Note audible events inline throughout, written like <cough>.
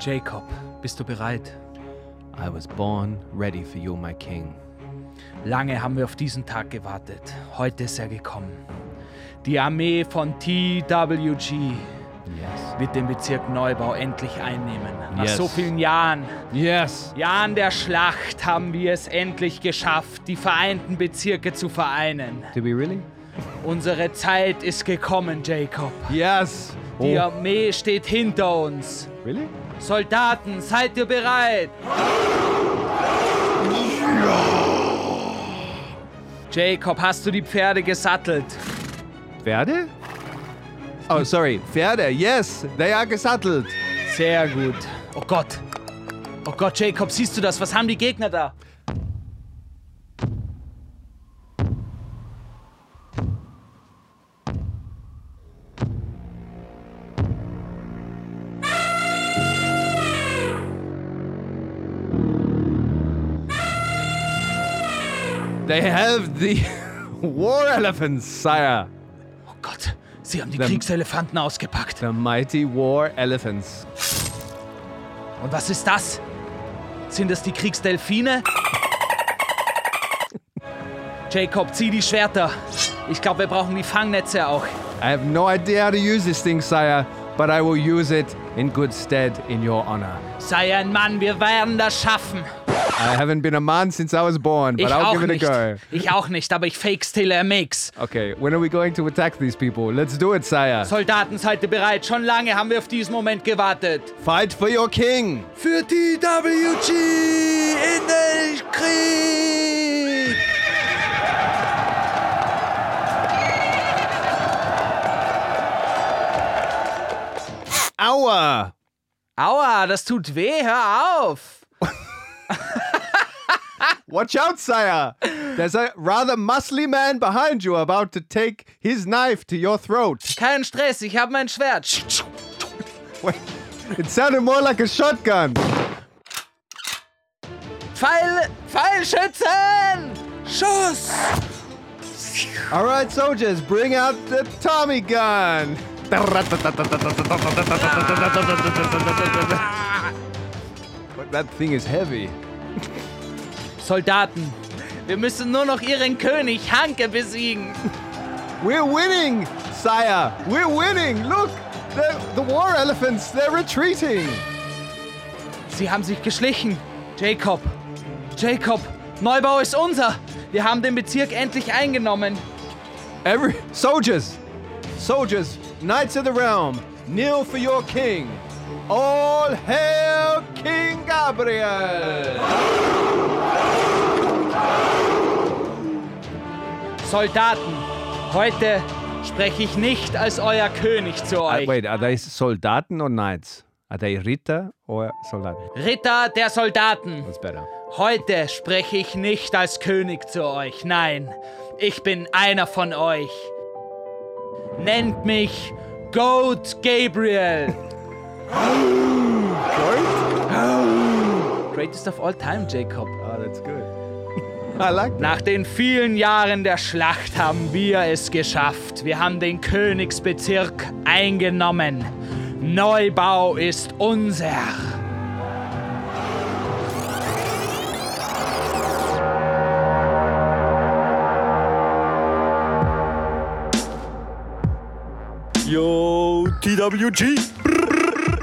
Jacob, bist du bereit? I was born ready for you, my king. Lange haben wir auf diesen Tag gewartet. Heute ist er gekommen. Die Armee von TWG Yes. wird den Bezirk Neubau endlich einnehmen. Nach Yes. so vielen Jahren, Yes. Jahren der Schlacht, haben wir es endlich geschafft, die vereinten Bezirke zu vereinen. Did we really? Unsere Zeit ist gekommen, Jacob. Yes. Die Armee steht hinter uns. Oh, really? Soldaten, seid ihr bereit? Jacob, hast du die Pferde gesattelt? Pferde? Oh, sorry. Pferde. Yes. They are gesattelt. Sehr gut. Oh Gott. Oh Gott, Jacob, siehst du das? Was haben die Gegner da? They have the <laughs> war elephants, sire. Oh Gott, sie haben die Dann- Kriegselefanten ausgepackt. The mighty war elephants. Und was ist das? Sind das die Kriegsdelfine? Jacob, zieh die Schwerter. Ich glaube, wir brauchen die Fangnetze auch. I have no idea how to use this thing, sire, but I will use it in good stead in your honor. Sei ein Mann, wir werden das schaffen. I haven't been a man since I was born, but Ich I'll auch give it nicht. a go. Ich auch nicht, aber ich fake still a mix. Okay, when are we going to attack these people? Let's do it, sire. Soldaten, seid ihr bereit? Schon lange haben wir auf diesen Moment gewartet. Fight for your king. Für TWG in den Krieg! Aua! Aua, das tut weh, hör auf. Watch out, sire! There's a rather muscly man behind you about to take his knife to your throat. Kein Stress, ich habe mein Schwert. Wait, it sounded more like a shotgun. Pfeil, Pfeilschützen! Schuss! All right, soldiers, bring out the Tommy gun. But that thing is heavy. Soldaten, wir müssen nur noch ihren König Hanke besiegen. We're winning, sire. We're winning. Look, the, the war elephants, they're retreating. Sie haben sich geschlichen. Jacob, Jacob, Neubau ist unser. Wir haben den Bezirk endlich eingenommen. Every soldiers, soldiers, knights of the realm, kneel for your king. All hail King Gabriel. Soldaten, heute spreche ich nicht als euer König zu euch. wait, are they soldaten or knights? Are they Ritter or soldaten? Ritter der Soldaten, That's better. heute spreche ich nicht als König zu euch. Nein, ich bin einer von euch. Nennt mich Goat Gabriel. <laughs> Greatest of all time, Jacob. Oh, that's good. <laughs> I like that. Nach den vielen Jahren der Schlacht haben wir es geschafft. Wir haben den Königsbezirk eingenommen. Neubau ist unser. Yo, TWG! Brr, brr,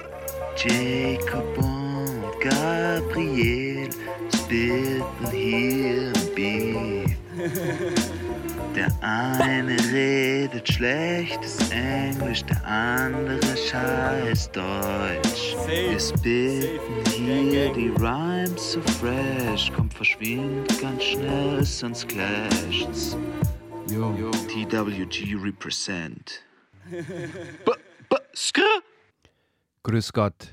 Jacob und Gabriel spitten hier im Beef. Der eine redet schlechtes Englisch, der andere scheiß Deutsch. Wir spitten hier die Rhymes so fresh, kommt verschwind ganz schnell, sonst clasht's. Yo. TWG represent. B, b, skr. Grüß Gott.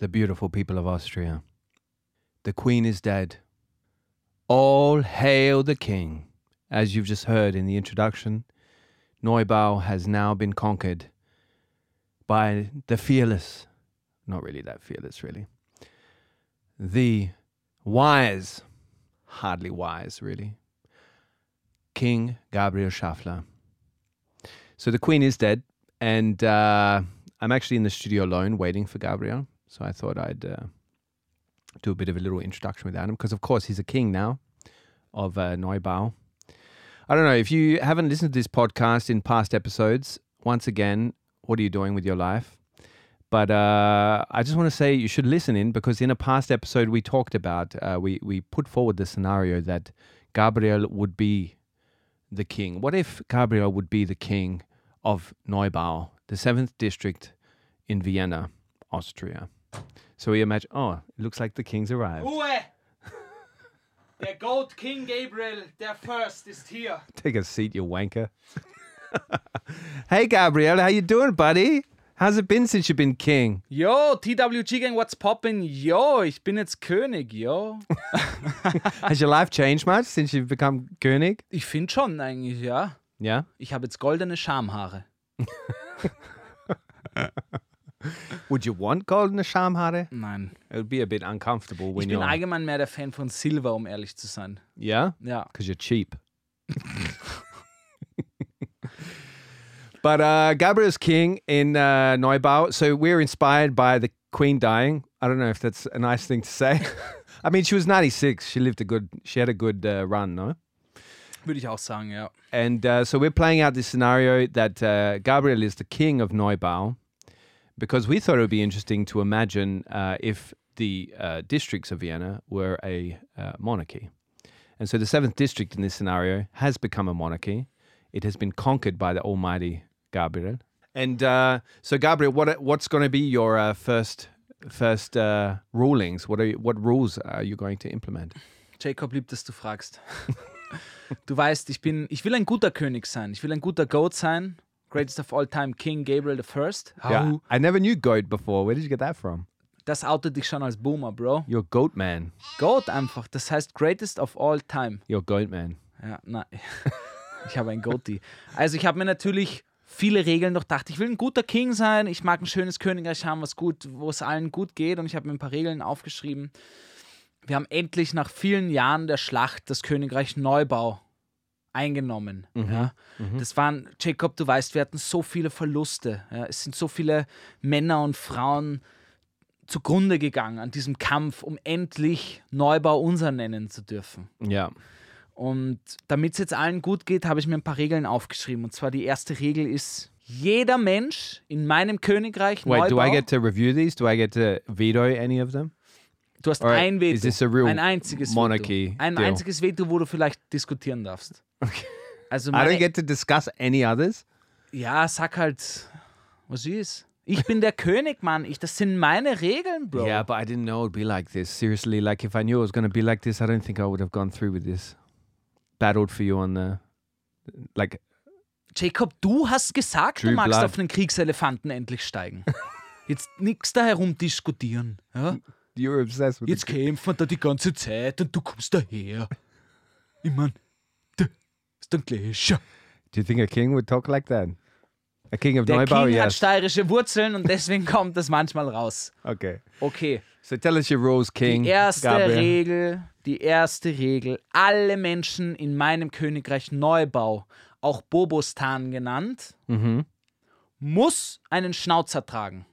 the beautiful people of Austria. The Queen is dead. All hail the King. As you've just heard in the introduction, Neubau has now been conquered by the fearless, not really that fearless, really, the wise, hardly wise, really, King Gabriel Schaffler. So the Queen is dead, and uh, I'm actually in the studio alone waiting for Gabriel. So I thought I'd uh, do a bit of a little introduction without him, because of course he's a king now of uh, Neubau. I don't know if you haven't listened to this podcast in past episodes. Once again, what are you doing with your life? But uh, I just want to say you should listen in because in a past episode we talked about uh, we we put forward the scenario that Gabriel would be the king. What if Gabriel would be the king of Neubau, the seventh district in Vienna, Austria? So we imagine. Oh, it looks like the king's arrived. Ruhe! Der Goat King Gabriel, der First, ist hier. Take a seat, you wanker. <laughs> hey, Gabriel, how you doing, buddy? How's it been since you've been king? Yo, TWG Gang, what's poppin'? Yo, ich bin jetzt König, yo. Has your life changed much since you've become König? Ich find schon eigentlich, ja. Yeah. Ich habe jetzt goldene Schamhaare. Would you want goldene Schamhaare? Nein. It would be a bit uncomfortable Ich when bin you're. allgemein mehr der Fan von Silver, um ehrlich zu sein. yeah? Ja. Because you're cheap. <laughs> but uh, Gabriel's king in uh, Neubau. So we're inspired by the queen dying. I don't know if that's a nice thing to say. <laughs> I mean, she was 96. She lived a good, she had a good uh, run, no? Würde ich auch sagen, ja. And uh, so we're playing out this scenario that uh, Gabriel is the king of Neubau because we thought it would be interesting to imagine uh, if the uh, districts of Vienna were a uh, monarchy. And so the seventh district in this scenario has become a monarchy. It has been conquered by the almighty Gabriel. And uh, so, Gabriel, what what's going to be your uh, first first uh, rulings? What are you, what rules are you going to implement? Jacob liebt, dass du <laughs> fragst. du weißt, ich bin, ich will ein guter König sein. Ich will ein guter Goat sein. Greatest of all time, King Gabriel I. Yeah, Hau. I never knew goat before. Where did you get that from? Das outet dich schon als Boomer, Bro. You're goat man. Goat einfach. Das heißt Greatest of all time. You're goat man. Ja, nein. <laughs> Ich habe ein Goatee. Also ich habe mir natürlich viele Regeln durchdacht. Ich will ein guter King sein. Ich mag ein schönes Königreich haben, was gut, wo es allen gut geht. Und ich habe mir ein paar Regeln aufgeschrieben. Wir haben endlich nach vielen Jahren der Schlacht das Königreich Neubau eingenommen. Ja. Das waren, Jacob, du weißt, wir hatten so viele Verluste. Ja. Es sind so viele Männer und Frauen zugrunde gegangen an diesem Kampf, um endlich Neubau unser nennen zu dürfen. Yeah. Und damit es jetzt allen gut geht, habe ich mir ein paar Regeln aufgeschrieben. Und zwar die erste Regel ist, jeder Mensch in meinem Königreich Wait, Neubau, do I get to review these? Do I get to veto any of them? du hast Alright, ein Veto, is this a real ein einziges monarchy Veto. Ein deal? einziges Veto, wo du vielleicht diskutieren darfst. Also I meine, don't get to discuss any others. ja, sag halt, was ist? Ich bin der König, Mann. Ich, das sind meine Regeln, Bro. Yeah, but I didn't know it'd be like this. Seriously, like if I knew it was gonna be like this, I don't think I would have gone through with this. Battled for you on the, like, Jacob, du hast gesagt, True du magst blood. auf einen Kriegselefanten endlich steigen. Jetzt nix da herum diskutieren. Ja? you were obsessed with. Jetzt kämpft man da die ganze Zeit und du kommst daher. Ich mein, das ist ein Gläscher. Do you think a king would talk like that? A king of Der Neubau, King hat yes. steirische Wurzeln und deswegen kommt das manchmal raus. Okay. Okay, So tell us your rules, King. die erste Gabriel. Regel, die erste Regel. Alle Menschen in meinem Königreich Neubau, auch Bobostan genannt, Mhm. muss einen Schnauzer tragen.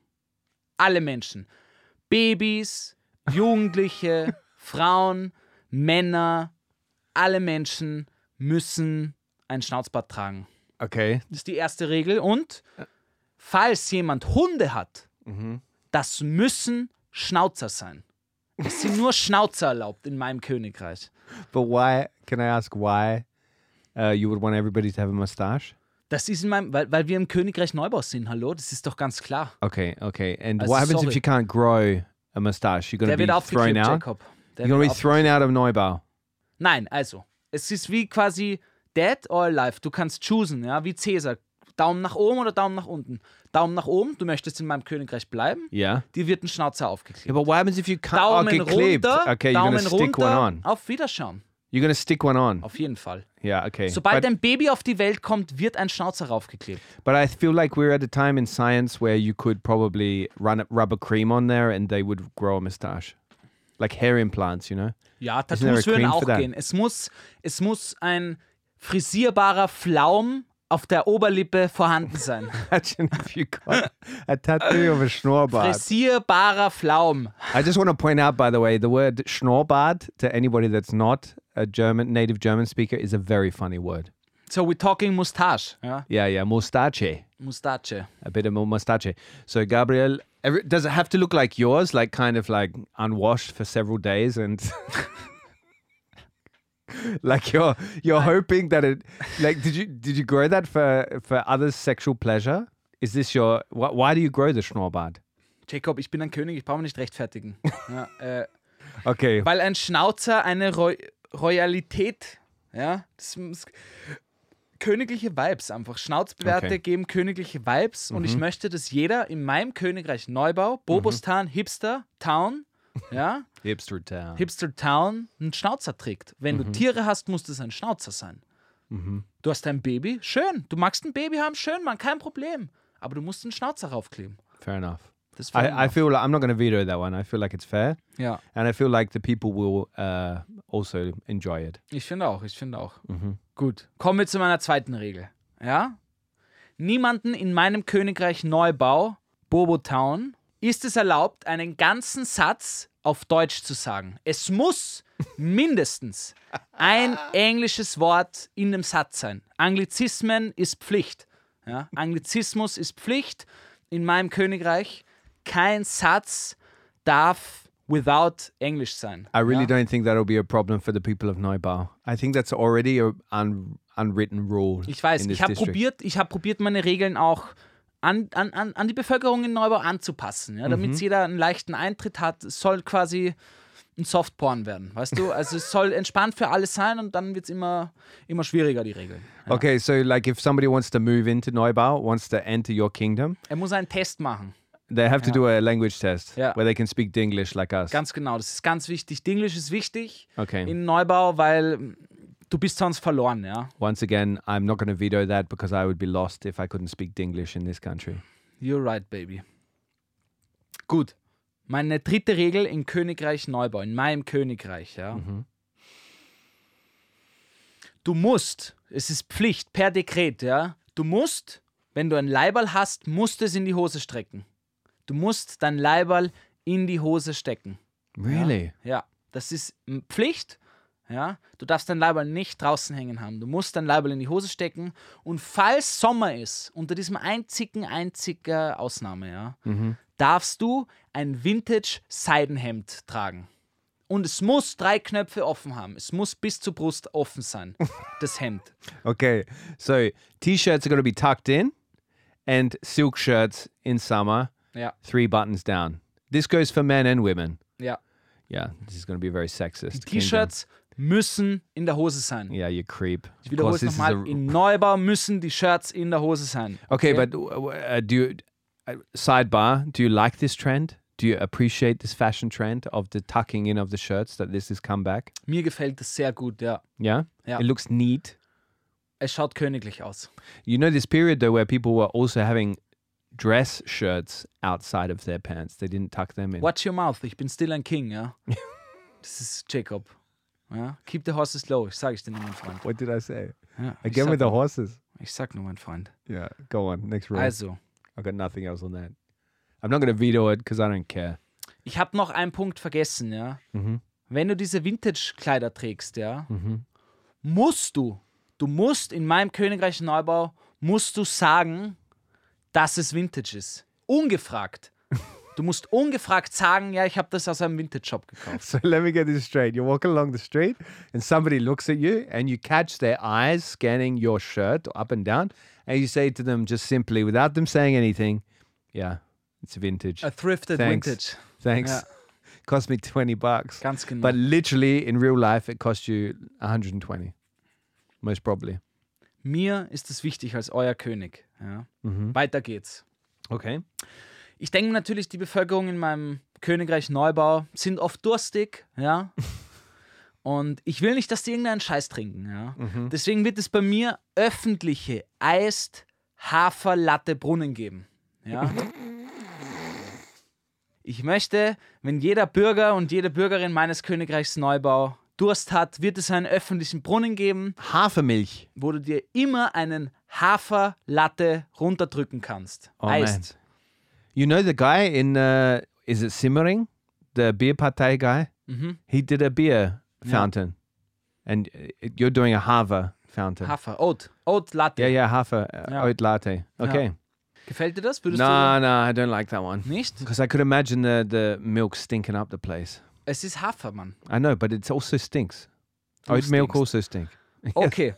Alle Menschen. Babys, <laughs> Jugendliche, Frauen, Männer, alle Menschen müssen ein Schnauzbart tragen. Okay. Das ist die erste Regel. Und falls jemand Hunde hat, Mhm. das müssen Schnauzer sein. Es sind nur Schnauzer erlaubt in meinem Königreich. But why? Can I ask why uh, you would want everybody to have a mustache? Das ist in meinem, weil, weil wir im Königreich Neubau sind, hallo, das ist doch ganz klar. Okay, okay. And As what a happens solid. if you can't grow a mustache? You're gonna Der wird be aufgeklebt, thrown out. Jacob. Der You're gonna wird be thrown out of Neubau. Nein, also, es ist wie quasi dead or alive. Du kannst choosen, ja, wie Cäsar. Daumen nach oben oder Daumen nach unten? Daumen nach oben, du möchtest in meinem Königreich bleiben, Yeah. dir wird ein Schnauzer aufgeklebt. Yeah, but what happens if you can't? Daumen okay, clipped. runter, Ah, Okay, you're Daumen gonna stick runter, one on. auf Wiederschauen, You're gonna stick one on. auf jeden Fall. Yeah. Okay. Sobald but, ein Baby auf die Welt kommt, wird ein Schnauzer raufgeklebt. but I feel like we're at a time in science where you could probably run rubber cream on there and they would grow a mustache, like hair implants. You know. <laughs> Ja, there Tattoos a würden cream auch for that? gehen. Es muss, es muss ein frisierbarer Flaum auf der Oberlippe vorhanden <laughs> sein. Imagine if you got a tattoo of a schnorbart. Frisierbarer Flaum. I just want to point out, by the way, the word Schnorbart to anybody that's not a German native German speaker is a very funny word. So we're talking Mustache. Ja, Yeah, yeah, mustache, Mustache. a bit of a mustache. So, Gabriel, every, does it have to look like yours, like kind of like unwashed for several days and? <laughs> like you're you're hoping that it like did you did you grow that for for others sexual pleasure is this your why, why do you grow the schnorbart Jacob, ich bin ein König, ich brauche mich nicht rechtfertigen. Ja, äh, okay weil ein Schnauzer eine Roy Royalität, ja, das muss, königliche Vibes einfach. Schnauzbewerte Okay. Mhm. geben königliche Vibes und ich möchte, dass jeder in meinem Königreich Neubau, Bobostan, Mhm. Hipster, Town, ja, hipster town Hipster Town einen Schnauzer trägt. Wenn Mhm. du Tiere hast, muss das ein Schnauzer sein. Du hast ein Baby, schön. Du magst ein Baby haben, schön, Mann, kein Problem. Aber du musst einen Schnauzer raufkleben. fair enough Das war I, I feel like I'm not going to veto that one. I feel like it's fair, ja, and I feel like the people will uh, also enjoy it. ich finde auch, ich finde auch. Gut, kommen wir zu meiner zweiten Regel. Ja? Niemanden in meinem Königreich Neubau, Bobo Town, ist es erlaubt, einen ganzen Satz auf Deutsch zu sagen. Es muss mindestens ein englisches Wort in dem Satz sein. Anglizismen ist Pflicht. Ja? Anglizismus ist Pflicht in meinem Königreich. Kein Satz darf without Englisch sein. I really ja? don't think that'll be a problem for the people of Neubau. I think that's already a un, unwritten rule. Ich weiß, in this ich habe district. probiert, ich habe probiert, meine Regeln auch an, an, an, an die Bevölkerung in Neubau anzupassen, ja, Mhm. damit jeder einen leichten Eintritt hat. Es soll quasi ein Softporn werden, weißt du? Also es soll entspannt für alle sein und dann wird es immer, immer schwieriger, die Regeln. Okay, so like if somebody wants to move into Neubau, wants to enter your kingdom, Er muss einen Test machen, they have to do a language test Yeah. where they can speak English like us. ganz genau. Das ist ganz wichtig. Dinglisch ist wichtig Okay. in Neubau, weil mm, du bist sonst verloren, ja. Once again, I'm not going to veto that because I would be lost if I couldn't speak English in this country. You're right, baby. Gut. Meine dritte Regel im Königreich Neubau, in meinem Königreich, ja. Du musst, es ist Pflicht per Dekret, ja. Du musst, wenn du ein Leiberl hast, musst es in die Hose strecken. Du musst dein Leiberl in die Hose stecken. Really? Ja, das ist m- Pflicht. Ja, du darfst dein Leiberl nicht draußen hängen haben. Du musst dein Leiberl in die Hose stecken. Und falls Sommer ist, unter diesem einzigen, einzigen Ausnahme, ja, Mhm. darfst du ein Vintage-Seidenhemd tragen. Und es muss drei Knöpfe offen haben. Es muss bis zur Brust offen <laughs> sein, das Hemd. Okay, so t-shirts are going to be tucked in, and silk shirts in summer, Ja, three buttons down. This goes for men and women. ja. Yeah, this is going to be very sexist. kingdom. T-Shirts müssen in der Hose sein. Yeah, you creep. Ich Of wiederhole course, es this is nochmal. a- In Neubau müssen die Shirts in der Hose sein. okay, but uh, uh, do you, uh, sidebar? Do you like this trend? Do you appreciate this fashion trend of the tucking in of the shirts that this has come back? Mir gefällt das sehr gut, ja. Yeah, Yeah. It looks neat. Es schaut königlich aus. You know this period though where people were also having dress shirts outside of their pants. They didn't tuck them in. Watch your mouth, ich bin still ein King, ja. Das ist Jacob. Ja? Keep the horses low, ich sage ich dir nur, mein Freund. What did I say? Ja, ich, Again sag, with the horses. ich sag nur, mein Freund. Yeah, go on. Next rule. Also, I've got nothing else on that. I'm not going to veto it because I don't care. ich habe noch einen Punkt vergessen, ja. Wenn du diese Vintage-Kleider trägst, ja, musst du, du musst in meinem Königreich Neubau, musst du sagen, dass es Vintage ist. Ungefragt. Du musst ungefragt sagen, ja, ich habe das aus einem Vintage-Shop gekauft. <laughs> So let me get this straight. You walk along the street and somebody looks at you and you catch their eyes scanning your shirt up and down and you say to them just simply without them saying anything, yeah, it's vintage. A thrifted Thanks. Vintage. Thanks. Yeah. <laughs> Cost me 20 bucks. Ganz genau. But literally in real life, it cost you 120, most probably. Mir ist es wichtig als euer König. Ja. Mhm. Weiter geht's. Okay. Ich denke natürlich, die Bevölkerung in meinem Königreich Neubau sind oft durstig, ja. Und ich will nicht, dass die irgendeinen Scheiß trinken, ja. Deswegen wird es bei mir öffentliche Eist Haferlatte Brunnen geben, ja. Ich möchte, wenn jeder Bürger und jede Bürgerin meines Königreichs Neubau Durst hat, wird es einen öffentlichen Brunnen geben, Hafermilch. wo du dir immer einen Haferlatte runterdrücken kannst. Oh, Eist. You know the guy in uh, is it Simmering, the beer partei guy? Mhm. He did a beer fountain, and uh, you're doing a Hava fountain. Hafer, Oat, Oat Latte. yeah, yeah, Hafer, uh, Yeah. oat latte. Okay. Gefällt dir das? Würdest No, no, I don't like that one du nicht? because I could imagine the the milk stinking up the place. Es ist Hafer, Mann. I know, but it also stinks. Oat Du milk stinkst. also stinks. Okay,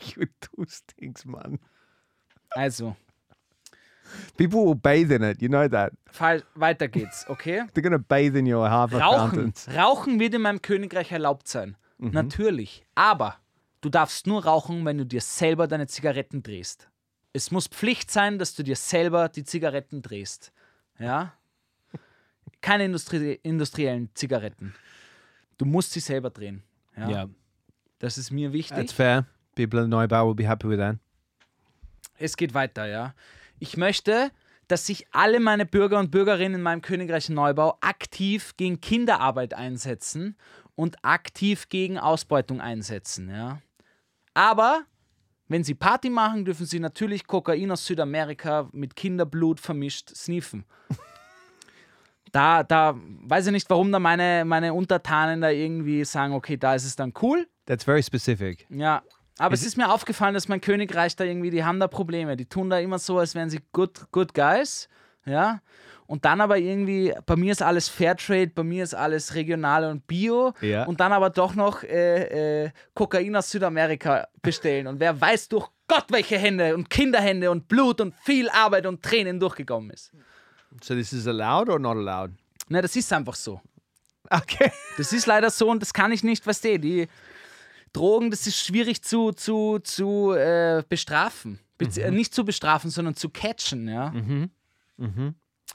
<laughs> you do stinks, man. also, People will bathe in it. You know that fall- weiter geht's, okay? they're gonna bathe in your Hava Rauchen. Rauchen wird in meinem Königreich erlaubt sein. Natürlich. Aber du darfst nur rauchen, wenn du dir selber deine Zigaretten drehst. Es muss Pflicht sein, dass du dir selber die Zigaretten drehst. Ja? Keine Industrie industriellen Zigaretten. Du musst sie selber drehen. Ja? Yeah, Das ist mir wichtig. that's fair. People in Neubau will be happy with that. Es geht weiter, ja. Ich möchte, dass sich alle meine Bürger und Bürgerinnen in meinem Königreich Neubau aktiv gegen Kinderarbeit einsetzen und aktiv gegen Ausbeutung einsetzen, ja. Aber wenn sie Party machen, dürfen sie natürlich Kokain aus Südamerika mit Kinderblut vermischt sniffen. Da, da weiß ich nicht, warum da meine, meine Untertanen da irgendwie sagen, okay, da ist es dann cool, That's very specific. ja, aber es ist mir aufgefallen, dass mein Königreich da irgendwie, die haben da Probleme. Die tun da immer so, als wären sie good, good guys. Ja. Und dann aber irgendwie, bei mir ist alles Fairtrade, bei mir ist alles regional und bio. Ja. Und dann aber doch noch äh, äh, Kokain aus Südamerika bestellen. Und wer weiß durch Gott, welche Hände und Kinderhände und Blut und viel Arbeit und Tränen durchgekommen ist. So this is allowed or not allowed? Na, das ist einfach so. Okay. Das ist leider so und das kann ich nicht, weißt du, die Drogen, das ist schwierig zu, zu, zu äh, bestrafen. Bez äh, Nicht zu bestrafen, sondern zu catchen, ja.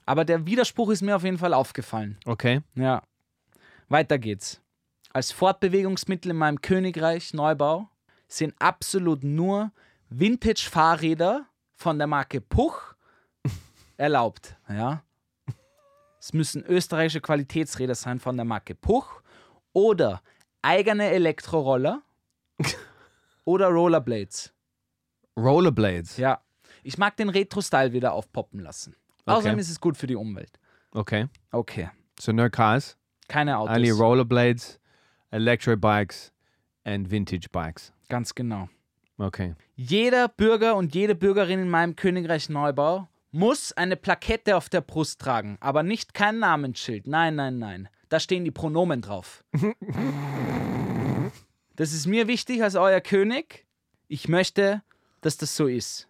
Aber der Widerspruch ist mir auf jeden Fall aufgefallen. Okay. Ja. Weiter geht's. Als Fortbewegungsmittel in meinem Königreich Neubau sind absolut nur Vintage-Fahrräder von der Marke Puch erlaubt. Ja. Es müssen österreichische Qualitätsräder sein von der Marke Puch oder eigene Elektroroller oder Rollerblades. Rollerblades. Ja. Ich mag den Retro-Style wieder aufpoppen lassen. Außerdem ist es gut für die Umwelt. Okay. Okay. So no cars, Keine Autos. only rollerblades, electro bikes, and vintage bikes. Ganz genau. Okay. Jeder Bürger und jede Bürgerin in meinem Königreich Neubau muss eine Plakette auf der Brust tragen, aber nicht kein Namensschild. Nein, nein, nein. Da stehen die Pronomen drauf. Das ist mir wichtig als euer König. Ich möchte, dass das so ist.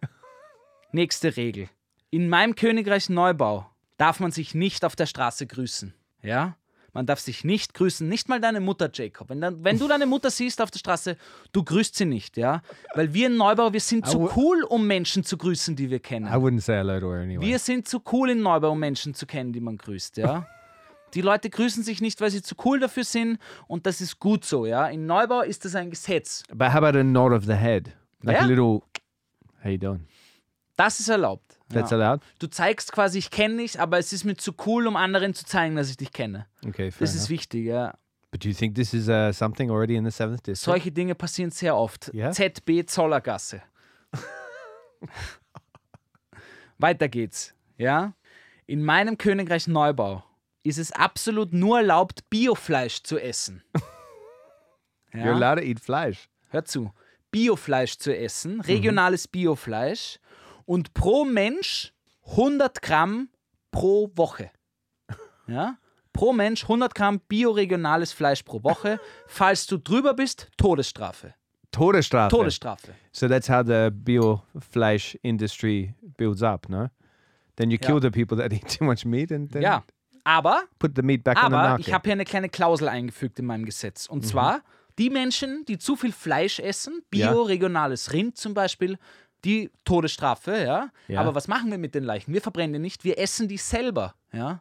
Nächste Regel. In meinem Königreich Neubau darf man sich nicht auf der Straße grüßen. Ja? Man darf sich nicht grüßen, nicht mal deine Mutter, Jacob. Wenn, dann, wenn du deine Mutter siehst auf der Straße, du grüßt sie nicht, ja? Weil wir in Neubau, wir sind zu cool, um Menschen zu grüßen, die wir I kennen. wouldn't say hello to her anyway. Wir sind zu cool in Neubau, um Menschen zu kennen, die man grüßt, <laughs> ja? Die Leute grüßen sich nicht, weil sie zu cool dafür sind und das ist gut so, ja? In Neubau ist das ein Gesetz. But how about a nod of the head? Like Yeah. a little, how you doing? Das ist erlaubt. That's ja. allowed? Du zeigst quasi, ich kenne dich, aber es ist mir zu cool, um anderen zu zeigen, dass ich dich kenne. Okay, fair Das ist enough. wichtig, ja. But do you think this is uh, something already in the 7th district? Solche Dinge passieren sehr oft. Ja? ZB Zollergasse. Weiter geht's. Ja? In meinem Königreich Neubau ist es absolut nur erlaubt, Biofleisch zu essen. You're allowed to eat fleisch. hör zu, Biofleisch zu essen, regionales Biofleisch und pro Mensch 100 Gramm pro Woche. Ja? Pro Mensch 100 Gramm bioregionales Fleisch pro Woche. Falls du drüber bist, Todesstrafe. Todesstrafe. Todesstrafe. So that's how the bio flesh industry builds up, no? Then you kill Yeah. the people that <laughs> eat too much meat and then Ja. Aber, put the meat back on aber the market. Mhm. ich habe hier eine kleine Klausel eingefügt in meinem Gesetz. Und zwar, die Menschen, die zu viel Fleisch essen, bio-regionales Rind zum Beispiel, die Todesstrafe, ja? Ja. Aber was machen wir mit den Leichen? Wir verbrennen die nicht, wir essen die selber, ja?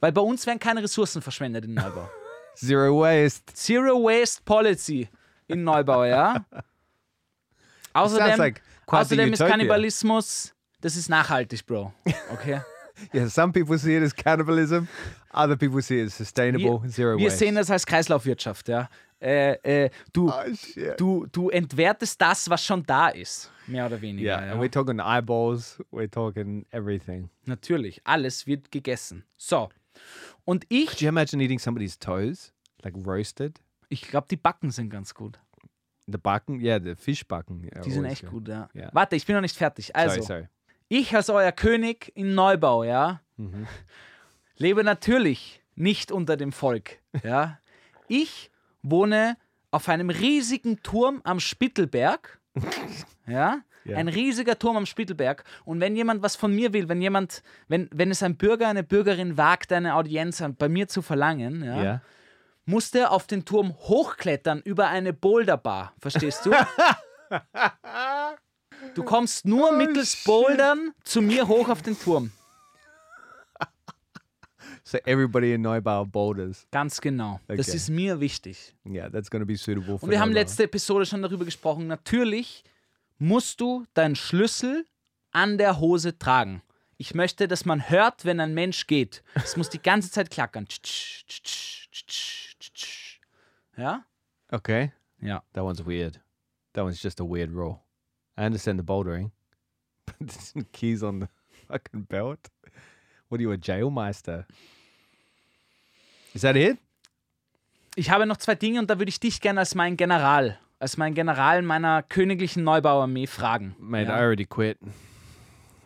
Weil bei uns werden keine Ressourcen verschwendet in <laughs> Neubau. Zero waste. <laughs> Zero Waste Policy in Neubau, ja? Außerdem, Sounds like quasi außerdem ist utopia. Kannibalismus, das ist nachhaltig, Bro. Okay? Yeah, some people see it as cannibalism, other people see it as sustainable. Zero wir waste. sehen das als Kreislaufwirtschaft, ja. Äh, äh, du, Oh, shit. du, du entwertest das, was schon da ist, mehr oder weniger. yeah, Ja, and we're talking eyeballs, we're talking everything. Natürlich, alles wird gegessen. So. Und Could ich, you imagine eating somebody's toes, like roasted? ich glaube, die Backen sind ganz gut. The backen, yeah, the fish backen. are Die sind always echt gut, ja. Oh, Ja. Warte, ich bin noch nicht fertig. Also, Sorry, sorry. ich als euer König in Neubau, ja, lebe natürlich nicht unter dem Volk, ja. Ich wohne auf einem riesigen Turm am Spittelberg, ja. Ja. Ein riesiger Turm am Spittelberg. Und wenn jemand was von mir will, wenn jemand, wenn, wenn es ein Bürger, eine Bürgerin wagt, eine Audienz an- bei mir zu verlangen, ja, Yeah. musste auf den Turm hochklettern über eine Boulderbar. Verstehst du? du kommst nur mittels Bouldern zu mir hoch auf den Turm. So everybody in Neubau boulders. Ganz genau. Das Okay. ist mir wichtig. Yeah, that's going to be suitable for Und wir haben Neubau. letzte Episode schon darüber gesprochen. Natürlich musst du deinen Schlüssel an der Hose tragen. Ich möchte, dass man hört, wenn ein Mensch geht. Es muss die ganze Zeit klackern. Tsch, tsch, tsch, tsch, tsch, tsch, tsch. Ja? Okay. Ja. That one's weird. That one's just a weird rule. I understand the bouldering, <laughs> but there's some keys on the <laughs> fucking belt. What are you, a jailmeister? Is that it? Ich habe noch zwei Dinge und da würde ich dich gerne als meinen General, als meinen General meiner königlichen Neubauarmee fragen. Mate, ja. I already quit. I don't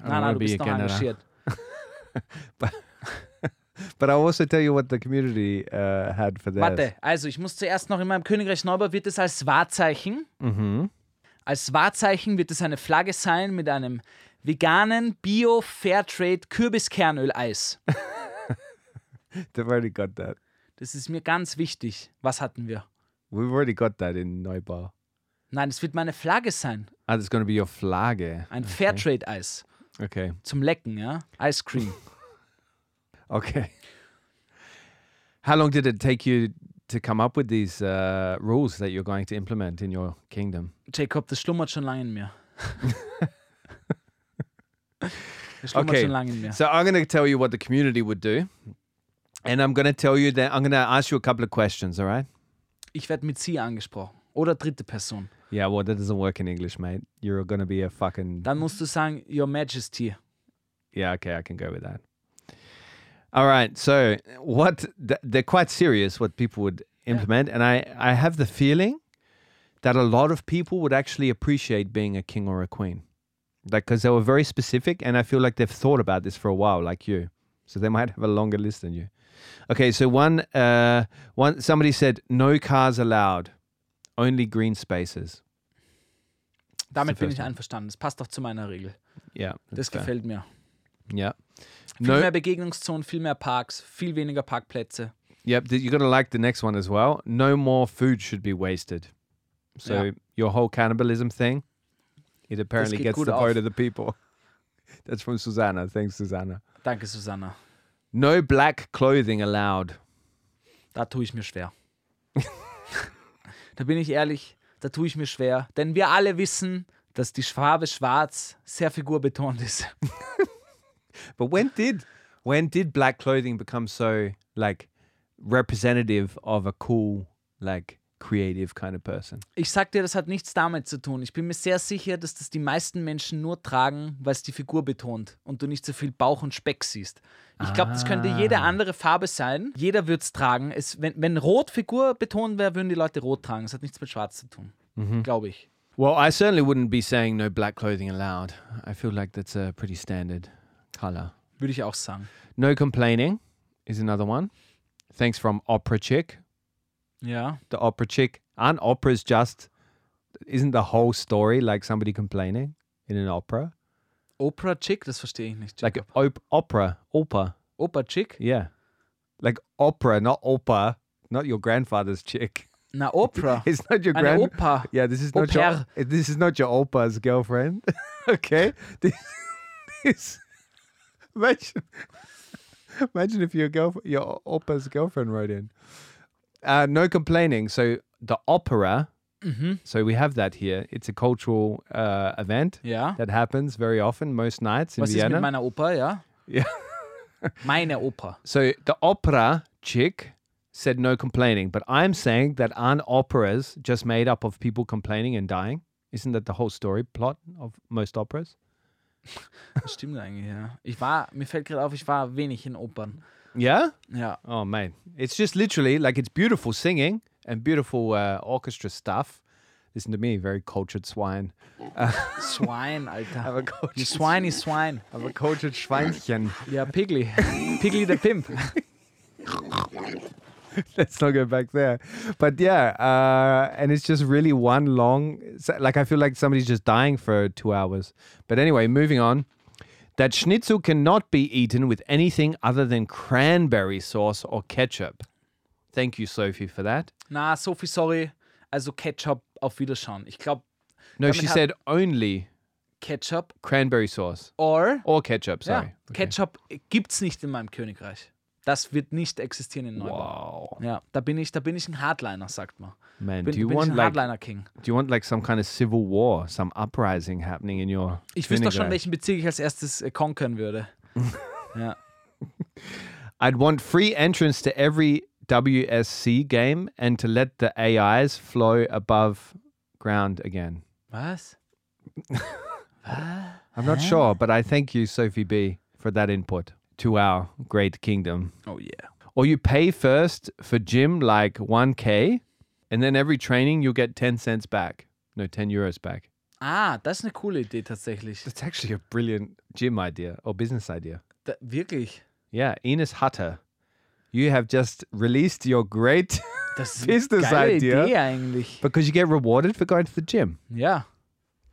nein, wanna nein, du be bist a noch Canada. engagiert. <laughs> But I'll also tell you what the community uh, had for theirs. Warte, also ich muss zuerst noch in meinem Königreich Neubau wird es als Wahrzeichen. Als Wahrzeichen wird es eine Flagge sein mit einem veganen Bio Fairtrade Kürbiskernöleis. <laughs> They've already got that. Das ist mir ganz wichtig. Was hatten wir? We've already got that in Neubau. Nein, es wird meine Flagge sein. Ah, that's going to be your Flagge. Ein Fairtrade Eis Okay. zum Lecken, ja? Ice Cream. Okay. <laughs> How long did it take you to come up with these uh, rules that you're going to implement in your kingdom? Jacob, das schlummert schon lange in mir. das schlummert schon lange in mir. So I'm going to tell you what the community would do. And I'm going to tell you that I'm going to ask you a couple of questions, all right? Ich werde mit sie angesprochen. Oder dritte Person. Yeah, well, that doesn't work in English, mate. You're going to be a fucking. Dann musst du sagen, Your Majesty. Yeah, okay, I can go with that. All right. So what th- they're quite serious what people would implement, and I I have the feeling that a lot of people would actually appreciate being a king or a queen, like because they were very specific, and I feel like they've thought about this for a while, like you. So they might have a longer list than you. Okay, so one uh one somebody said no cars allowed, only green spaces. Damit bin first ich one. einverstanden. Das passt doch zu meiner Regel. Yeah, Das that's fair. gefällt mir. Yeah. Viel mehr Begegnungszonen, viel mehr Parks, viel weniger Parkplätze. Yep, th- you're gonna like the next one as well. No more food should be wasted. So Yeah. your whole cannibalism thing, it apparently geht gets gut the auf. vote of the people. <laughs> That's from Susanna. Thanks, Susanna. Danke, Susanna. No black clothing allowed. Da tue ich mir schwer. da bin ich ehrlich, da tue ich mir schwer. Denn wir alle wissen, dass die Farbe schwarz sehr figurbetont ist. But when did when did black clothing become so like representative of a cool, like creative kind of person? Ich sag dir, das hat nichts damit zu tun. Ich bin mir sehr sicher, dass das die meisten Menschen nur tragen, weil es die Figur betont und du nicht so viel Bauch und Speck siehst. Ich glaube, das könnte jede Ah. andere Farbe sein. Jeder würde es tragen. Es, wenn, wenn Rot Figur betont wäre, würden die Leute Rot tragen. Das hat nichts mit Schwarz zu tun. Mhm. Glaube ich. Well, I certainly wouldn't be saying no black clothing allowed. I feel like that's a pretty standard color. Würde ich auch sagen. No complaining is another one. Thanks from Opera Chick. Ja. The Opera Chick. Aren't operas just, isn't the whole story like somebody complaining in an opera? Oprah Chick, das verstehe ich nicht. Like Jacob. op- opera, opa. Opa Chick? Yeah. Like opera, not opa, not your grandfather's chick. <laughs> Na, Oprah. It's not your Eine grand. Opa. Yeah, this is Au not pair. your. <laughs> This is not your opa's girlfriend. <laughs> okay. This, <laughs> this. Imagine. Imagine if your girl, your opa's girlfriend wrote in. Uh, no complaining. So the opera. Mm-hmm. So we have that here. It's a cultural uh, event Ja. that happens very often, most nights in Was ist Vienna. mit meiner Opa, ja? Ja. Meine Opa. So the opera chick said no complaining, but I'm saying that aren't operas just made up of people complaining and dying? Isn't that the whole story plot of most operas? Das stimmt eigentlich, ja. Ich war, mir fällt gerade auf, ich war wenig in Opern. Yeah? Ja. Oh man, it's just literally like it's beautiful singing and beautiful uh, orchestra stuff. Listen to me, very cultured swine. Swine, Alter. Have a <laughs> cultured, You swiney swine. have a cultured schweinchen. Ja, Pigli. Pigli der Pimp. <laughs> Let's not go back there. But yeah, uh, and it's just really one long, it's like I feel like somebody's just dying for two hours. But anyway, moving on. That schnitzel cannot be eaten with anything other than cranberry sauce or ketchup. Thank you, Sophie, for that. Na, Sophie, sorry. Also Ketchup, auf Wiederschauen. Ich glaube, No, Damit she hab- said only Ketchup cranberry sauce or or ketchup. Sorry. ja, Ketchup gibt's nicht in meinem Königreich. Das wird nicht existieren in Neubau. Wow, Ja, da bin ich, da bin ich ein Hardliner, sagt man. Oh, man! Bin, do you bin ich want ein like Hardliner King. do you want like some kind of civil war, some uprising happening in your? Ich wüsste doch schon, Königreich? welchen Bezirk ich als erstes äh, konkern würde. ja. I'd want free entrance to every WSC game and to let the AIs flow above ground again. Was? I'm not sure, but I thank you, Sophie B, for that input to our great kingdom. Oh yeah. Or you pay first for gym like 1K, and then every training you'll get 10 cents back. No, 10 euros back. Ah, das ist eine coole Idee tatsächlich. That's actually a brilliant gym idea or business idea. Da, wirklich. Yeah, Ines Hutter, you have just released your great <laughs> Das ist eine business geile idea Idee eigentlich. because you get rewarded for going to the gym. Ja,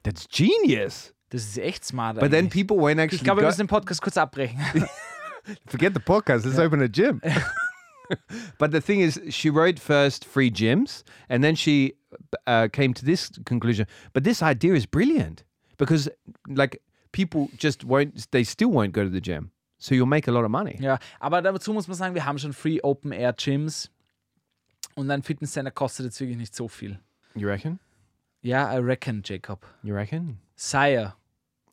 That's genius. das ist echt smart. But then eigentlich. people won't actually ich glaube, wir go- müssen den Podcast kurz <laughs> abbrechen. forget the podcast. Let's open a <laughs> gym. but the thing is, she wrote first free gyms, and then she uh, came to this conclusion. But this idea is brilliant because, like, people just won't. They still won't go to the gym, so you'll make a lot of money. Ja, aber dazu muss man sagen, wir haben schon Free Open Air Gyms und ein Fitnesscenter kostet jetzt wirklich nicht so viel. You reckon? Ja, I reckon, Jacob. You reckon? Sire.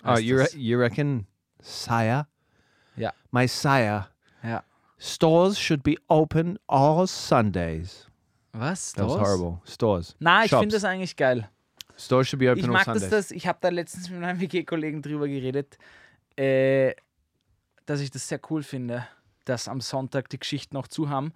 Oh, heißt you re- das. you reckon, sire? Ja. My sire. Ja. Stores should be open all Sundays. Was? That was Stores? horrible. Stores. Na, ich Shops. finde das eigentlich geil. Stores should be open Ich on mag Sundays. das, dass ich habe da letztens mit meinem <laughs> WG-Kollegen drüber geredet, äh, dass ich das sehr cool finde, dass am Sonntag die Geschichten auch zu haben.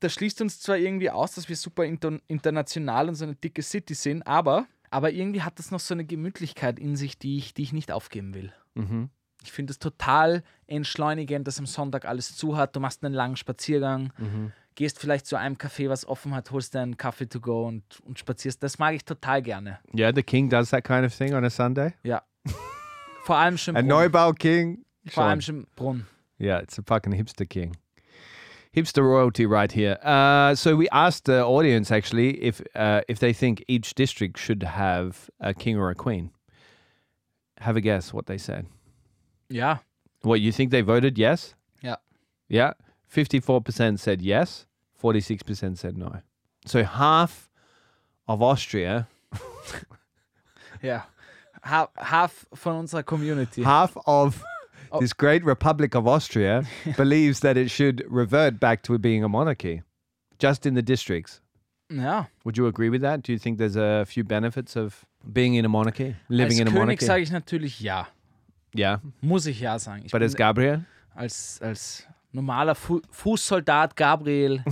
Das schließt uns zwar irgendwie aus, dass wir super inter international und so eine dicke City sind, aber, aber irgendwie hat das noch so eine Gemütlichkeit in sich, die ich, die ich nicht aufgeben will. Mhm. Ich finde es total entschleunigend, dass am Sonntag alles zu hat. Du machst einen langen Spaziergang, gehst vielleicht zu einem Café, was offen hat, holst dir einen Kaffee to go und, und spazierst. Das mag ich total gerne. Yeah, the king does that kind of thing on a Sunday. Ja. Vor allem schon A Brunn. Neubau king. Vor allem Sean. schon Brunn. Yeah, it's a fucking hipster king. Hipster royalty right here. Uh, so we asked the audience actually if uh, if they think each district should have a king or a queen. Have a guess what they said. Ja. What you think they voted yes? Ja. Yeah. 54% said yes, 46% said no. So half of Austria, Ja. Ha- Half von unserer Community. half of Oh. this great Republic of Austria believes that it should revert back to being a monarchy, just in the districts. Ja. Would you agree with that? Do you think there's a few benefits of being in a monarchy, living Als in a König monarchy? sage ich natürlich ja. yeah, Muss ich ja sagen. Ich but bin as Gabriel, als, als normaler Fu Fußsoldat <laughs> Gabriel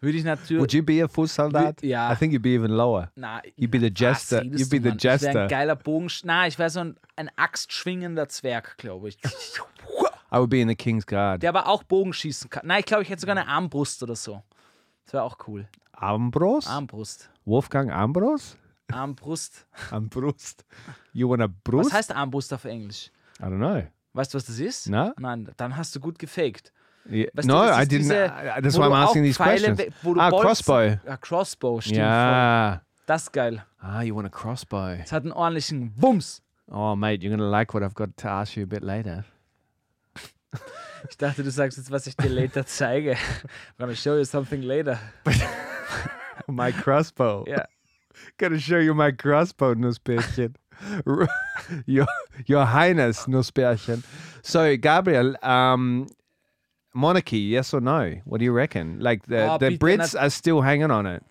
würde ich natürlich... would you be a Fußsoldat? Wi- ja. I think you'd be even lower. Na, You'd be the Ah, jester. Was redest You'd be du, Mann? the Ich wär jester. ein geiler Bogensch... Na, ich wäre so ein, ein axtschwingender Zwerg, glaube <laughs> ich. I would be in the King's Guard. Der aber auch Bogenschießen kann. Nein, ich glaube, ich hätte sogar eine Armbrust oder so. Das wäre auch cool. Ambros? Armbrust. Wolfgang Ambros? Armbrust. Ambrust. You want a Brust? Was heißt Armbrust auf Englisch? I don't know. Weißt du, was das ist? Na? Nein, dann hast du gut gefaked. Yeah. Weißt du, no, das I ist didn't. diese, I- that's wo why I'm du auch asking these Pfeile questions. we- wo du ah, Bolzen- crossbow. Ja, Crossbow, stimmt. Voll. Yeah. Das ist geil. Ah, you want a crossbow? Es hat einen ordentlichen Wumms. Oh, mate, you're gonna like what I've got to ask you a bit later. Ich dachte, du sagst jetzt, was ich dir <laughs> later zeige. <laughs> I'm gonna show you something later. <laughs> My <laughs> crossbow. Ja. Gonna show you my crossbow, Nussbärchen. R- <laughs> your, your Highness, Nussbärchen. So, Gabriel, um, monarchy, yes or no? What do you reckon? Like, the, Oh, the bitte, Brits nat- are still hanging on it.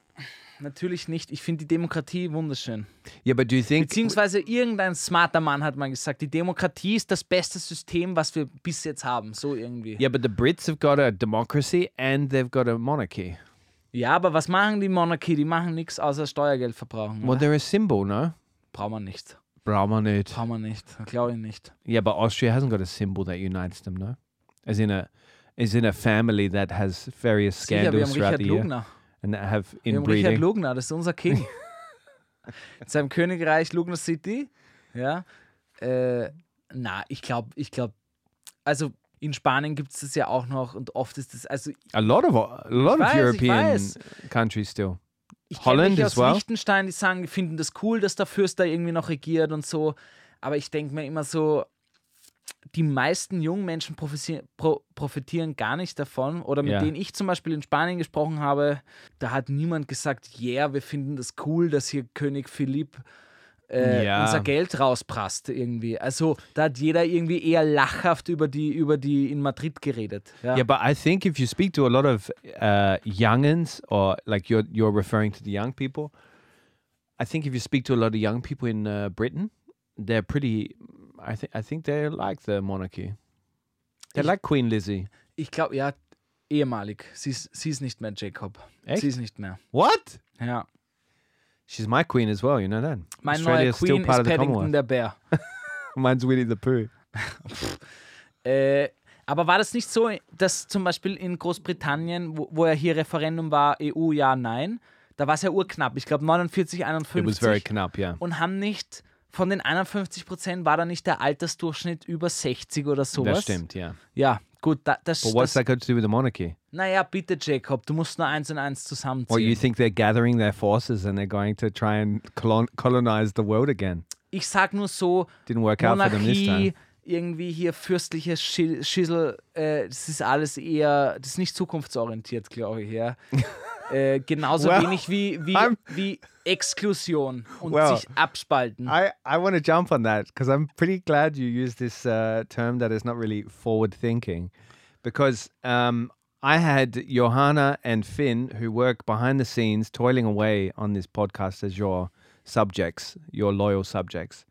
Natürlich nicht. Ich finde die Demokratie wunderschön. Yeah, but do you think. Beziehungsweise irgendein smarter Mann hat mal gesagt, die Demokratie ist das beste System, was wir bis jetzt haben. So irgendwie. Yeah, but the Brits have got a democracy and they've got a monarchy. Ja, aber was machen die Monarchie? Die machen nichts außer Steuergeld verbrauchen. Well, they're a symbol, no? Brauchen wir nicht. Brahmanid. Brauchen wir nicht. Glaube ich nicht. Yeah, but Austria hasn't got a symbol that unites them, no? As in a as in a family that has various Sicher, wir haben scandals throughout Richard the year Lugner. and that have Wir haben inbreeding. Richard Lugner, das ist unser King. In seinem Königreich Lugner City. Ja. Äh, na, ich glaube, ich glaube, also in Spanien gibt es das ja auch noch und oft ist das, also a lot of a lot weiß, of ich European weiß. countries still. ich kenne Holland mich as aus well? Liechtenstein, die sagen, die finden das cool, dass der Fürst da irgendwie noch regiert und so. Aber ich denke mir immer so, die meisten jungen Menschen profitieren, pro, profitieren gar nicht davon. Oder mit Ja. denen ich zum Beispiel in Spanien gesprochen habe, da hat niemand gesagt, yeah, wir finden das cool, dass hier König Philipp äh, Ja. unser Geld rausprasst irgendwie. Also da hat jeder irgendwie eher lachhaft über die, über die in Madrid geredet. Ja. Yeah, but I think if you speak to a lot of uh, youngins or like you're you're referring to the young people, I think if you speak to a lot of young people in uh, Britain, they're pretty. I think I think they like the monarchy. They Ich- like Queen Lizzie. Ich glaube, ja, ehemalig. Sie ist, sie ist nicht mehr Jacob. Echt? Sie ist nicht mehr. What? Ja. She's my queen as well. You know that. Mein Australia's neuer Queen ist Paddington der Bär. <laughs> Mine's Winnie the Pooh. Äh, aber war das nicht so, dass zum Beispiel in Großbritannien, wo, wo ja hier Referendum war, EU ja, nein, da war es ja urknapp. Ich glaube 49, It was very 51. knapp, yeah. Und haben nicht, von den 51 Prozent war da nicht der Altersdurchschnitt über 60 oder sowas. Das stimmt, yeah. Ja, gut, da, das, But what's das that got to do with the monarchy? Naja, bitte Jacob, du musst nur eins und eins Or you zusammenziehen. think they're gathering their forces and they're going to try and colon- colonize the world again? Ich sag nur so, Didn't work out for them this time. Monarchie, irgendwie hier fürstliche Schi- Schissel, äh, das ist alles eher, das ist nicht zukunftsorientiert, glaube ich, <laughs> ja. äh, genauso Well, wenig wie, wie, I'm- wie Exklusion und Well, sich abspalten. I, I want to jump on that because I'm pretty glad you used this uh, term that is not really forward thinking. Because um, I had Johanna and Finn, who work behind the scenes, toiling away on this podcast as your subjects, your loyal subjects.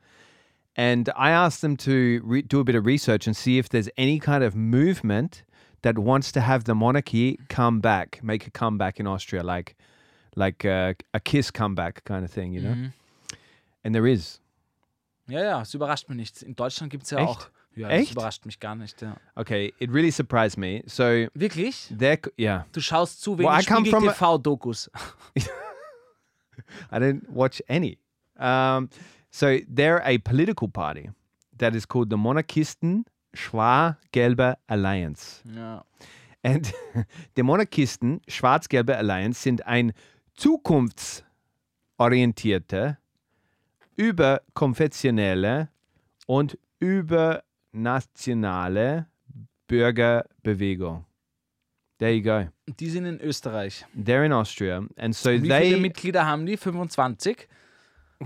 And I asked them to re- do a bit of research and see if there's any kind of movement that wants to have the monarchy come back, make a comeback in Austria, like like uh, a kiss comeback kind of thing, you know? And there is. ja, ja, es überrascht mich nicht. In Deutschland gibt es ja Echt? auch. Ja, Echt? das überrascht mich gar nicht, ja. Okay, it really surprised me. So Wirklich? there, c- yeah, Du schaust zu Well, I wenig come Spiegel from a- TV-Dokus. I didn't watch any. Um, so they're a political party that is called the Monarchisten Schwarz-Gelbe Alliance. Ja. And <laughs> the Monarchisten Schwarz-Gelbe Alliance sind ein zukunftsorientierte, überkonfessionelle und übernationale Bürgerbewegung. There you go. Und Die sind in Österreich. They're in Austria, and so Wie they. viele Mitglieder haben die? 25? <laughs> I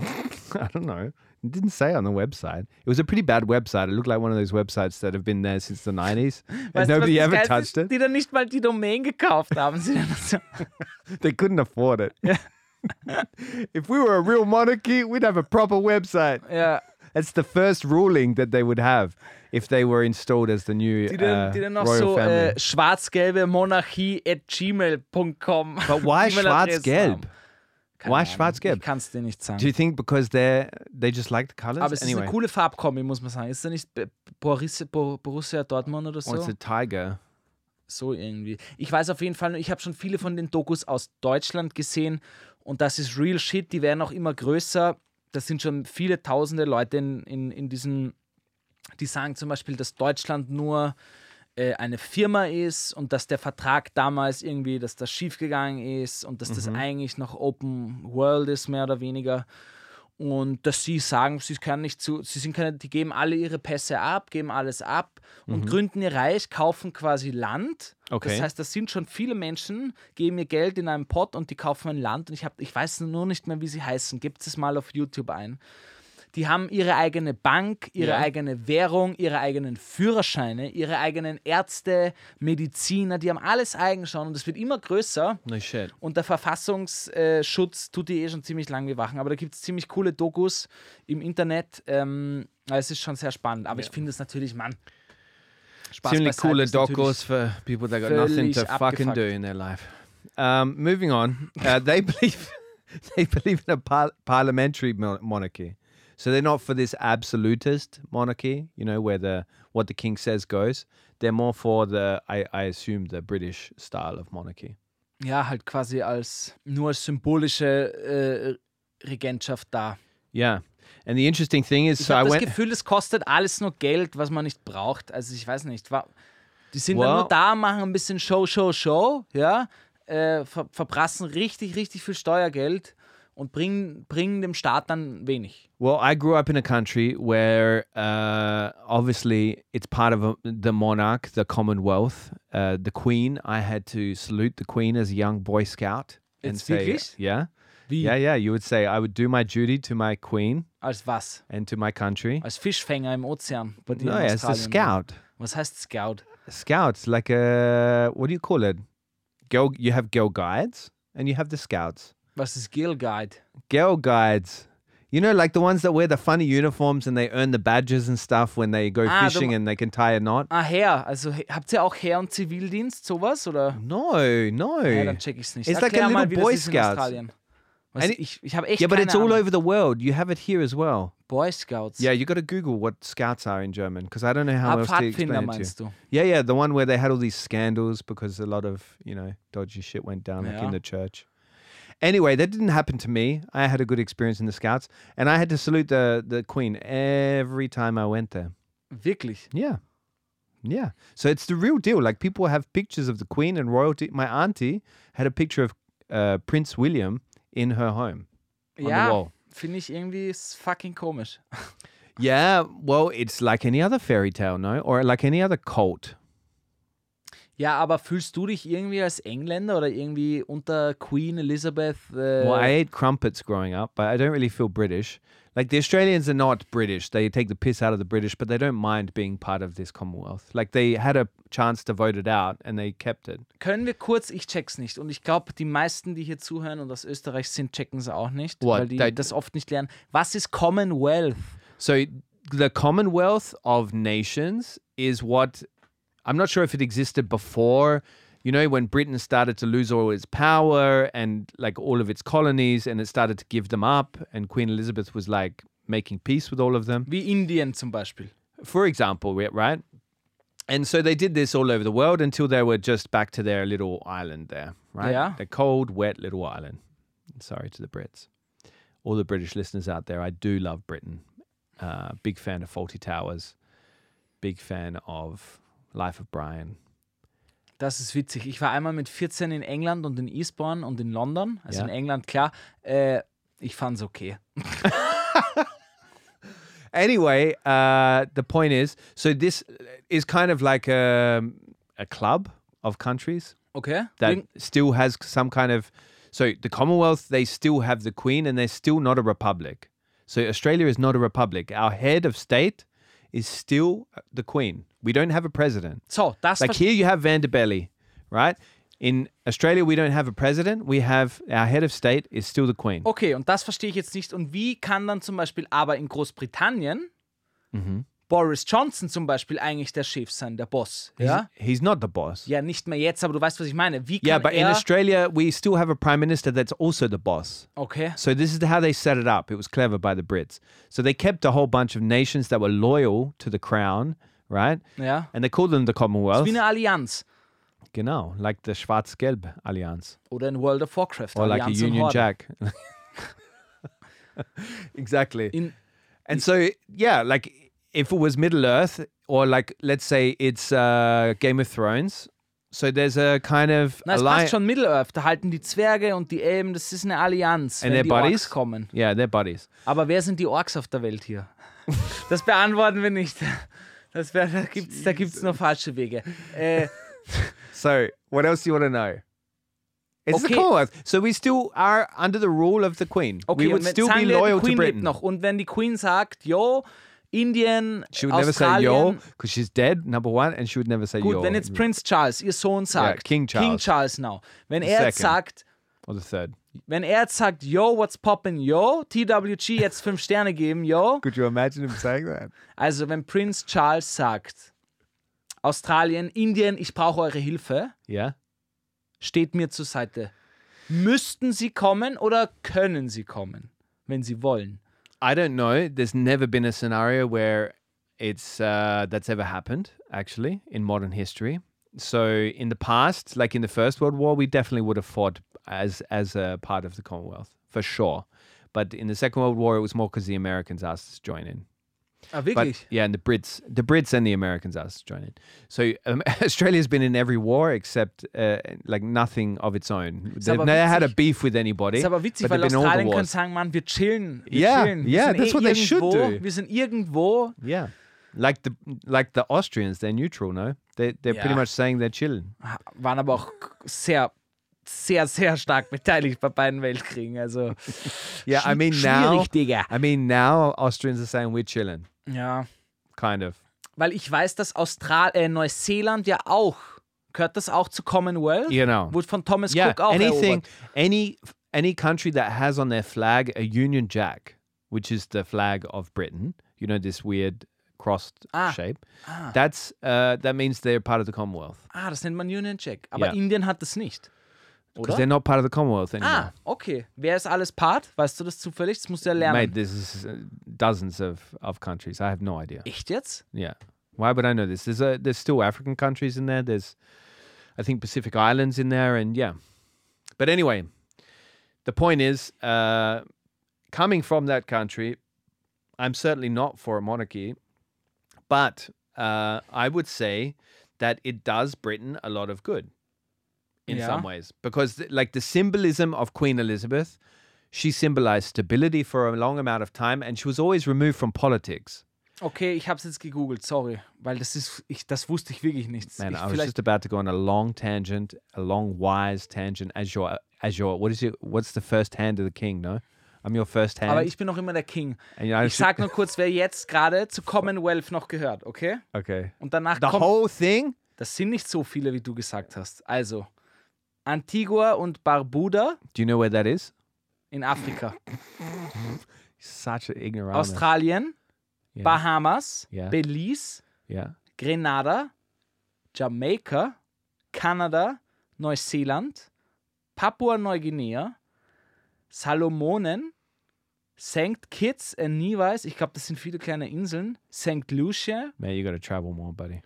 don't know. It didn't say on the website. It was a pretty bad website. It looked like one of those websites that have been there since <laughs> the nineties, and Weißt du, was nobody das ever Geilste ist? touched it. Die dann nicht mal die Domain gekauft haben. <laughs> Sie dann so, They couldn't afford it. <laughs> if we were a real monarchy, we'd have a proper website. ja. That's the first ruling that they would have if they were installed as the new Die dann, uh, die dann noch royal so family. äh, schwarz-gelbe Monarchie at gmail.com. <laughs> but why E-Mail-Adressen schwarz-gelb? haben. Keine Why Ahnung, schwarz-gelb? Ich kann es dir nicht sagen. Do you think because they're they just like the colors? Aber es ist anyway, eine coole Farbkombi, muss man sagen. Ist da nicht B- Boris, Bo- Borussia Dortmund oder or it's so? a tiger. So irgendwie. Ich weiß auf jeden Fall, nur, ich habe schon viele von den Dokus aus Deutschland gesehen und das ist real shit. Die werden auch immer größer. Das sind schon viele tausende Leute in, in, in diesen, die sagen zum Beispiel, dass Deutschland nur äh, eine Firma ist und dass der Vertrag damals irgendwie, dass das schiefgegangen ist und dass das eigentlich noch Open World ist, mehr oder weniger. Und dass sie sagen, sie können nicht zu, sie sind keine, die geben alle ihre Pässe ab, geben alles ab und gründen ihr Reich, kaufen quasi Land. Okay. Das heißt, das sind schon viele Menschen, geben ihr Geld in einen Pot und die kaufen ein Land. Und ich, hab, ich weiß nur nicht mehr, wie sie heißen. Gibt es mal auf YouTube ein. Die haben ihre eigene Bank, ihre Ja. eigene Währung, ihre eigenen Führerscheine, ihre eigenen Ärzte, Mediziner, die haben alles eigen schon und es wird immer größer. No shit. Und der Verfassungsschutz tut die eh schon ziemlich lang bewachen. Aber da gibt es ziemlich coole Dokus im Internet. Ähm, es ist schon sehr spannend. Aber ich finde es natürlich, Mann, Spaß Ziemlich beiseite coole ist natürlich- docos for people that got nothing to Völlig fucking do abgefuckt. in their life. Um, moving on, uh, they <laughs> believe they believe in a par- parliamentary mo- monarchy, so they're not for this absolutist monarchy. You know where the what the king says goes. They're more for the I, I assume the British style of monarchy. Ja, halt quasi als nur als symbolische äh, Regentschaft da. Yeah, and the interesting thing is, Ich so I habe das went. Gefühl, es kostet alles nur Geld, was man nicht braucht. Also ich weiß nicht. wa- Die sind Wow. dann nur da, machen ein bisschen Show, Show, Show, ja, äh, ver verprassen richtig, richtig viel Steuergeld und bringen, bringen dem Staat dann wenig. Well, I grew up in a country where uh, obviously it's part of a, the monarch, the Commonwealth, uh, the Queen. I had to salute the Queen as a young Boy Scout and It's say, wirklich? "Yeah, Wie yeah, yeah." You would say, "I would do my duty to my Queen als was? and to my country." Als Fischfänger im Ozean. Bei dir in No, yeah, it's a Australien. scout. Was heißt Scout? Scouts, like a what do you call it? Girl, you have girl guides and you have the scouts. Was ist Girl Guide? girl guides. You know, like the ones that wear the funny uniforms and they earn the badges and stuff when they go Ah, the fishing mo- and they can tie a knot. Ah, Heer. Also he- habt ihr auch Heer und Zivildienst, sowas? Oder? No, no. Ja, dann check ich's nicht. It's like a Erklär mal, little wie Boy das ist in Scout. Australien. Was, And it- ich ich habe echt yeah, but keine it's all Ahnung. over the world. You have it here as well. Boy Scouts. Yeah, you got to Google what scouts are in German because I don't know how Ah, else to explain Pfadfinder it to you. meinst du? Yeah, yeah, the one where they had all these scandals because a lot of you know dodgy shit went down, like Yeah. in the church. Anyway, that didn't happen to me. I had a good experience in the scouts, and I had to salute the the queen every time I went there. Wirklich? Yeah. Yeah. So it's the real deal. Like people have pictures of the Queen and royalty. My auntie had a picture of uh, Prince William in her home. the Ja, wall. finde ich irgendwie ist fucking komisch. Yeah. Well, it's like any other fairy tale, no? Or like any other cult. Ja, aber fühlst du dich irgendwie als Engländer oder irgendwie unter Queen Elizabeth? Äh, Well, I ate crumpets growing up, but I don't really feel British. Like the Australians are not British. They take the piss out of the British, but they don't mind being part of this Commonwealth. Like they had a chance to vote it out and they kept it. Können wir kurz, ich check's nicht. Und ich glaube, die meisten, die hier zuhören und aus Österreich sind, checken es auch nicht, What? weil die That- das oft nicht lernen. Was ist Commonwealth? So the Commonwealth of Nations is what I'm not sure if it existed before. You know, when Britain started to lose all its power and like all of its colonies, and it started to give them up, and Queen Elizabeth was like making peace with all of them, Wie Indien zum Beispiel. for example, ri- right? And so they did this all over the world until they were just back to their little island there, right? Yeah. The cold, wet little island. Sorry to the Brits. All the British listeners out there, I do love Britain. Uh, big fan of Faulty Towers. Big fan of Life of Brian. Das ist witzig. Ich war einmal mit 14 in England und in Eastbourne und in London. Also Ja. in England, klar. Äh, ich fand's okay. Anyway, uh, the point is, so this is kind of like a, a club of countries. Okay? that Irgend- still has some kind of so the Commonwealth they still have the Queen and they're still not a republic. So Australia is not a republic. Our head of state is still uh, the Queen. We don't have a president. so, das Like verstehe here you have Vanderbelly, right? In Australia we don't have a president. We have our head of state is still the Queen. Okay, und das verstehe ich jetzt nicht. Und wie kann dann zum Beispiel aber in Großbritannien Mhm. Boris Johnson zum Beispiel eigentlich der Chef sein, der Boss? Ja? He's, he's not the boss. Ja, nicht mehr jetzt, aber du weißt, was ich meine. Wie kann Yeah, but in er... Australia we still have a prime minister that's also the boss. okay. So this is how they set it up. It was clever by the Brits. So they kept a whole bunch of nations that were loyal to the crown, right? Ja. And they called them the Commonwealth. Wie eine Allianz. genau, like the Schwarz-Gelb Allianz Oder in World of Warcraft. or Oh, like a Allianz und Union Horde. Jack. <laughs> exactly. In, And so yeah, like if it was Middle Earth, or like let's say it's uh, Game of Thrones, so there's a kind of Na, es alli- passt schon Middle-earth. Da halten die Zwerge und die Elben, das ist eine Allianz, And wenn their die buddies? Orks kommen. Yeah, they're buddies. Aber wer sind die Orks auf der Welt <laughs> hier? Das beantworten wir nicht. Das wär, da gibt es da gibt's nur falsche Wege. Äh, So what else do you want to know? It's the Okay. Commonwealth, so we still are under the rule of the Queen. okay, we would und wenn, still sagen be wir, loyal die Queen to Britain. lebt noch. Und wenn die Queen sagt, yo, Indien, She would never say Australien, yo because she's dead, number one, and she would never say Gut, yo. wenn jetzt Prince Charles, ihr Sohn sagt, King King Charles. Charles now, wenn er jetzt Second. sagt, or the third. wenn er jetzt sagt, yo, what's poppin', yo, TWG jetzt fünf Sterne geben, yo. Could you imagine him saying that? Also wenn Prince Charles sagt, Australien, Indien, ich brauche eure Hilfe, Yeah. steht mir zur Seite. Müssten sie kommen oder können sie kommen, wenn sie wollen? I don't know. There's never been a scenario where it's uh, that's ever happened actually in modern history. So in the past, like in the First World War, we definitely would have fought as as a part of the Commonwealth for sure. But in the Second World War, it was more because the Americans asked us to join in. Ah, But wirklich? yeah, and the Brits, the Brits and the Americans asked us to join in. So um, <laughs> Australia's been in every war except uh, like nothing of its own. They've aber never had a witzig. beef with anybody. ist aber witzig, but they've weil been in all the Australien kann wars. sagen, Mann, wir chillen. Wir Yeah, chillen. Wir yeah, sind eh that's what they should irgendwo, do. Wir sind irgendwo. Yeah. Like the like the Austrians, they're neutral, no? They they're Yeah. pretty much saying <laughs> they're chilling. waren aber auch sehr, sehr, sehr stark beteiligt bei beiden Weltkriegen. Also Yeah, I schwi- mean now schwierig, Digga. I mean now Austrians are saying we're chilling, Ja, kind of. weil ich weiß, dass Austral äh, Neuseeland ja auch gehört das auch zu Commonwealth. You know. Wurde von Thomas Yeah, Cook auch anything erobert. any any country that has on their flag a Union Jack, which is the flag of Britain, you know this weird crossed Ah. shape. Ah. That's uh, that means they're part of the Commonwealth. Ah, das nennt man Union Jack. Aber Ja. Indien hat das nicht. Because Oder? they're not part of the Commonwealth Ah, anymore. okay. Wer ist alles Part? Weißt du das zufällig? Das musst du ja lernen. Mate, this is uh, dozens of, of countries. I have no idea. Echt jetzt? Yeah. Why would I know this? There's a, there's still African countries in there. There's, I think Pacific Islands in there, and yeah. But anyway, the point is, uh, coming from that country, I'm certainly not for a monarchy, but uh, I would say that it does Britain a lot of good in Yeah. some ways because th- like the symbolism of Queen Elizabeth, she symbolized stability for a long amount of time, and she was always removed from politics. Okay, ich hab's jetzt gegoogelt, sorry. Weil das ist, ich, das wusste ich wirklich nicht. Man, ich, I was vielleicht just about to go on a long tangent, a long wise tangent as your as your what is it? What's the first hand of the king? No, I'm your first hand. Aber ich bin noch immer der King. and I Ich should- sag nur kurz, wer jetzt gerade zu Commonwealth noch gehört, okay? okay. Und danach The kommt. whole thing. Das sind nicht so viele, wie du gesagt hast. Also, Antigua und Barbuda Do you know where that is? in Afrika, Such an ignorant. Australien, Yeah. Bahamas, Ja. Belize, yeah. Grenada, Jamaika, Kanada, Neuseeland, Papua-Neuguinea, Salomonen, St. Kitts and Nevis, ich glaube, das sind viele kleine Inseln, St. Lucia, Man, you got to travel more, buddy.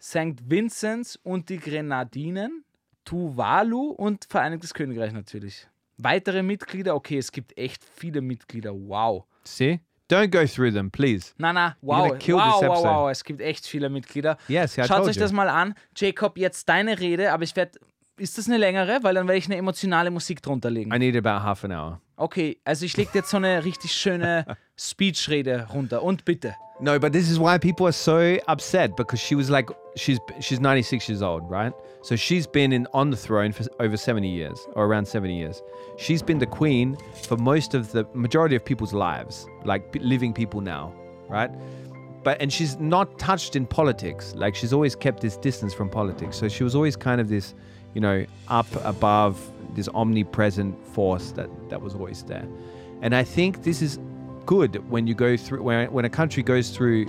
St. Vincent und die Grenadinen, Tuvalu und Vereinigtes Königreich natürlich. Weitere Mitglieder, okay, es gibt echt viele Mitglieder, wow. See, don't go through them, please. Na, na, gonna wow, kill wow, this wow, episode. wow, es gibt echt viele Mitglieder. Yes, I Schaut told euch you. das mal an. Jacob, jetzt deine Rede, aber ich werde. Ist das eine längere? Weil dann werde ich eine emotionale Musik drunter I legen. need about half an hour. Okay, also ich lege jetzt so eine richtig schöne <laughs> Speech-Rede runter. Und bitte. No, but this is why people are so upset because she was like she's she's 96 years old, right? So she's been in on the throne for over 70 years or around 70 years. She's been the queen for most of the majority of people's lives, like p- living people now, right? But and she's not touched in politics. Like she's always kept this distance from politics. So she was always kind of this, you know, up above this omnipresent force that that was always there. And I think this is good when you go through when, when a country goes through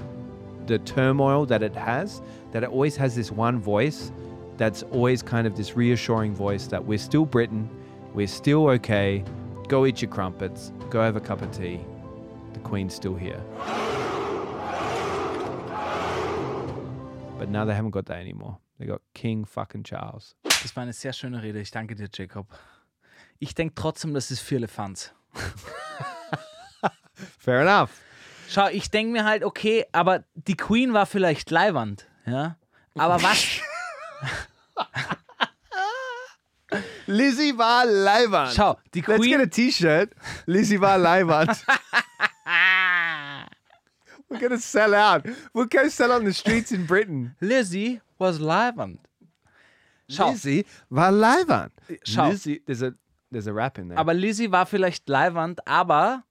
the turmoil that it has that it always has this one voice that's always kind of this reassuring voice that we're still britain we're still okay go eat your crumpets go have a cup of tea the queen's still here but now they haven't got that anymore they got king fucking charles Das war eine sehr schöne Rede. Ich danke dir, Jacob. Ich denke trotzdem, das ist für Elefants. fair enough Schau, ich denke mir halt, okay, aber die Queen war vielleicht leiwand, ja? Aber was? <laughs> Lizzie war Leiwand. Schau, die Let's get a Queen. T-Shirt. Lizzie war Leiwand. <laughs> We're gonna sell out. We're gonna sell on the streets in Britain. Lizzie was leiwand. Schau, Lizzie war Leiwand. Schau. Lizzie, there's a there's a rap in there. aber Lizzie war vielleicht leiwand, aber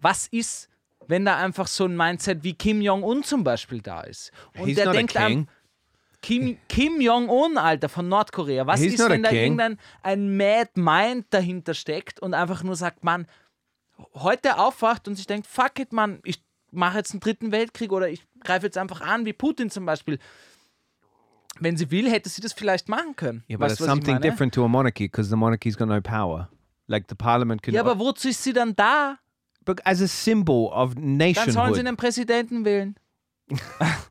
was ist, wenn da einfach so ein Mindset wie Kim Jong-un zum Beispiel da ist? Und He's der not a denkt am- king. Kim, Kim Jong-un, Alter, von Nordkorea. Was He's ist, not a wenn da king. irgendein ein Mad Mind dahinter steckt und einfach nur sagt, Mann, heute aufwacht und sich denkt, fuck it, Mann, ich mache jetzt einen dritten Weltkrieg oder ich greife jetzt einfach an, wie Putin zum Beispiel. Wenn sie will, hätte sie das vielleicht machen können. Yeah, but Weißt it's du, was ich something meine? different to a monarchy because the monarchy's got no power. Like the parliament can. Ja, aber wozu ist sie dann da? but as a symbol of Dann sollen sie nationhood. einen Präsidenten wählen.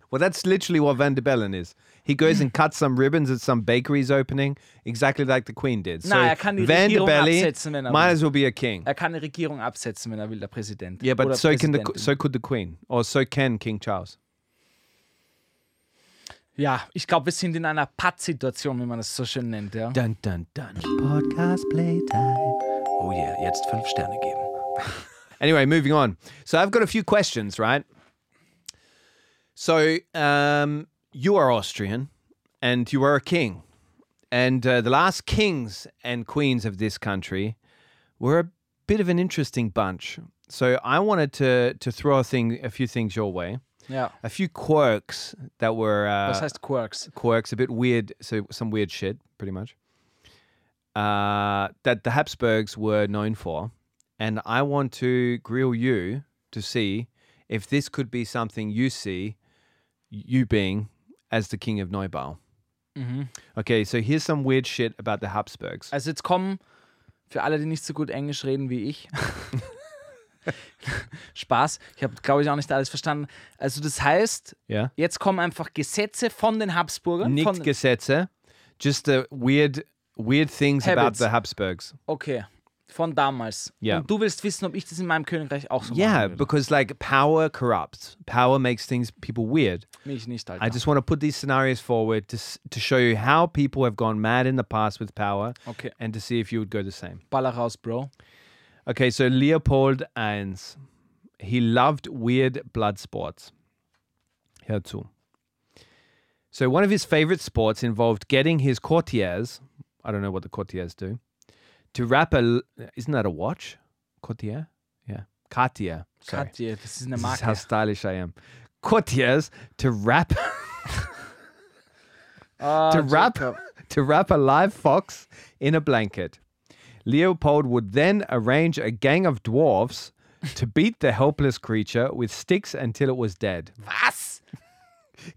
well, that's literally what Van der Bellen is. He goes and cuts some ribbons at some bakery's opening, exactly like the Queen did. So Nah, er kann die Van der Regierung absetzen, wenn Bellen er might will. as well be a king. Er kann eine Regierung absetzen, wenn er will, der Präsident. Yeah, but Oder so can the Präsidentin. so could the Queen, or so can King Charles. ja, ich glaube, wir sind in einer Pattsituation, wie man das so schön nennt. Ja. Dun dun dun. Podcast playtime. Oh yeah, jetzt fünf Sterne geben. <laughs> Anyway, moving on. So I've got a few questions, right? So um, you are Austrian, and you are a king, and uh, the last kings and queens of this country were a bit of an interesting bunch. So I wanted to to throw a thing, a few things your way, Ja. a few quirks that were. Uh, Was heißt Quirks? quirks, a bit weird, so some weird shit, pretty much. Uh, that the Habsburgs were known for, and I want to grill you to see if this could be something you see you being as the king of Neubau. Okay, so here's some weird shit about the Habsburgs. Also jetzt kommen, für alle, die nicht so gut Englisch reden wie ich. <laughs> Spaß. Ich habe, glaube ich, auch nicht alles verstanden. Also das heißt, Yeah, jetzt kommen einfach Gesetze von den Habsburgern. Von, Nichtgesetze, just the weird, weird things about Habits. the Habsburgs. okay, von damals. Ja. Und du willst wissen, ob ich das in meinem Königreich auch so Yeah, machen würde. because like power corrupts. Power makes things people weird. Mich nicht, Alter. I just want to put these scenarios forward to s- to show you how people have gone mad in the past with power, Okay. and to see if you would go the same. Baller raus, Bro. Okay, so Leopold Eins, he loved weird blood sports. Hör zu. So one of his favorite sports involved getting his courtiers, I don't know what the courtiers do, to wrap a l- isn't that a watch? Courtier? Yeah. Cartier. Sorry. Katje, das ist eine This is how Marke. stylish I am. Courtiers to wrap Ah, to wrap Jacob. <laughs> to wrap a live fox in a blanket. Leopold would then arrange a gang of dwarfs to beat the helpless creature with sticks until it was dead. Was?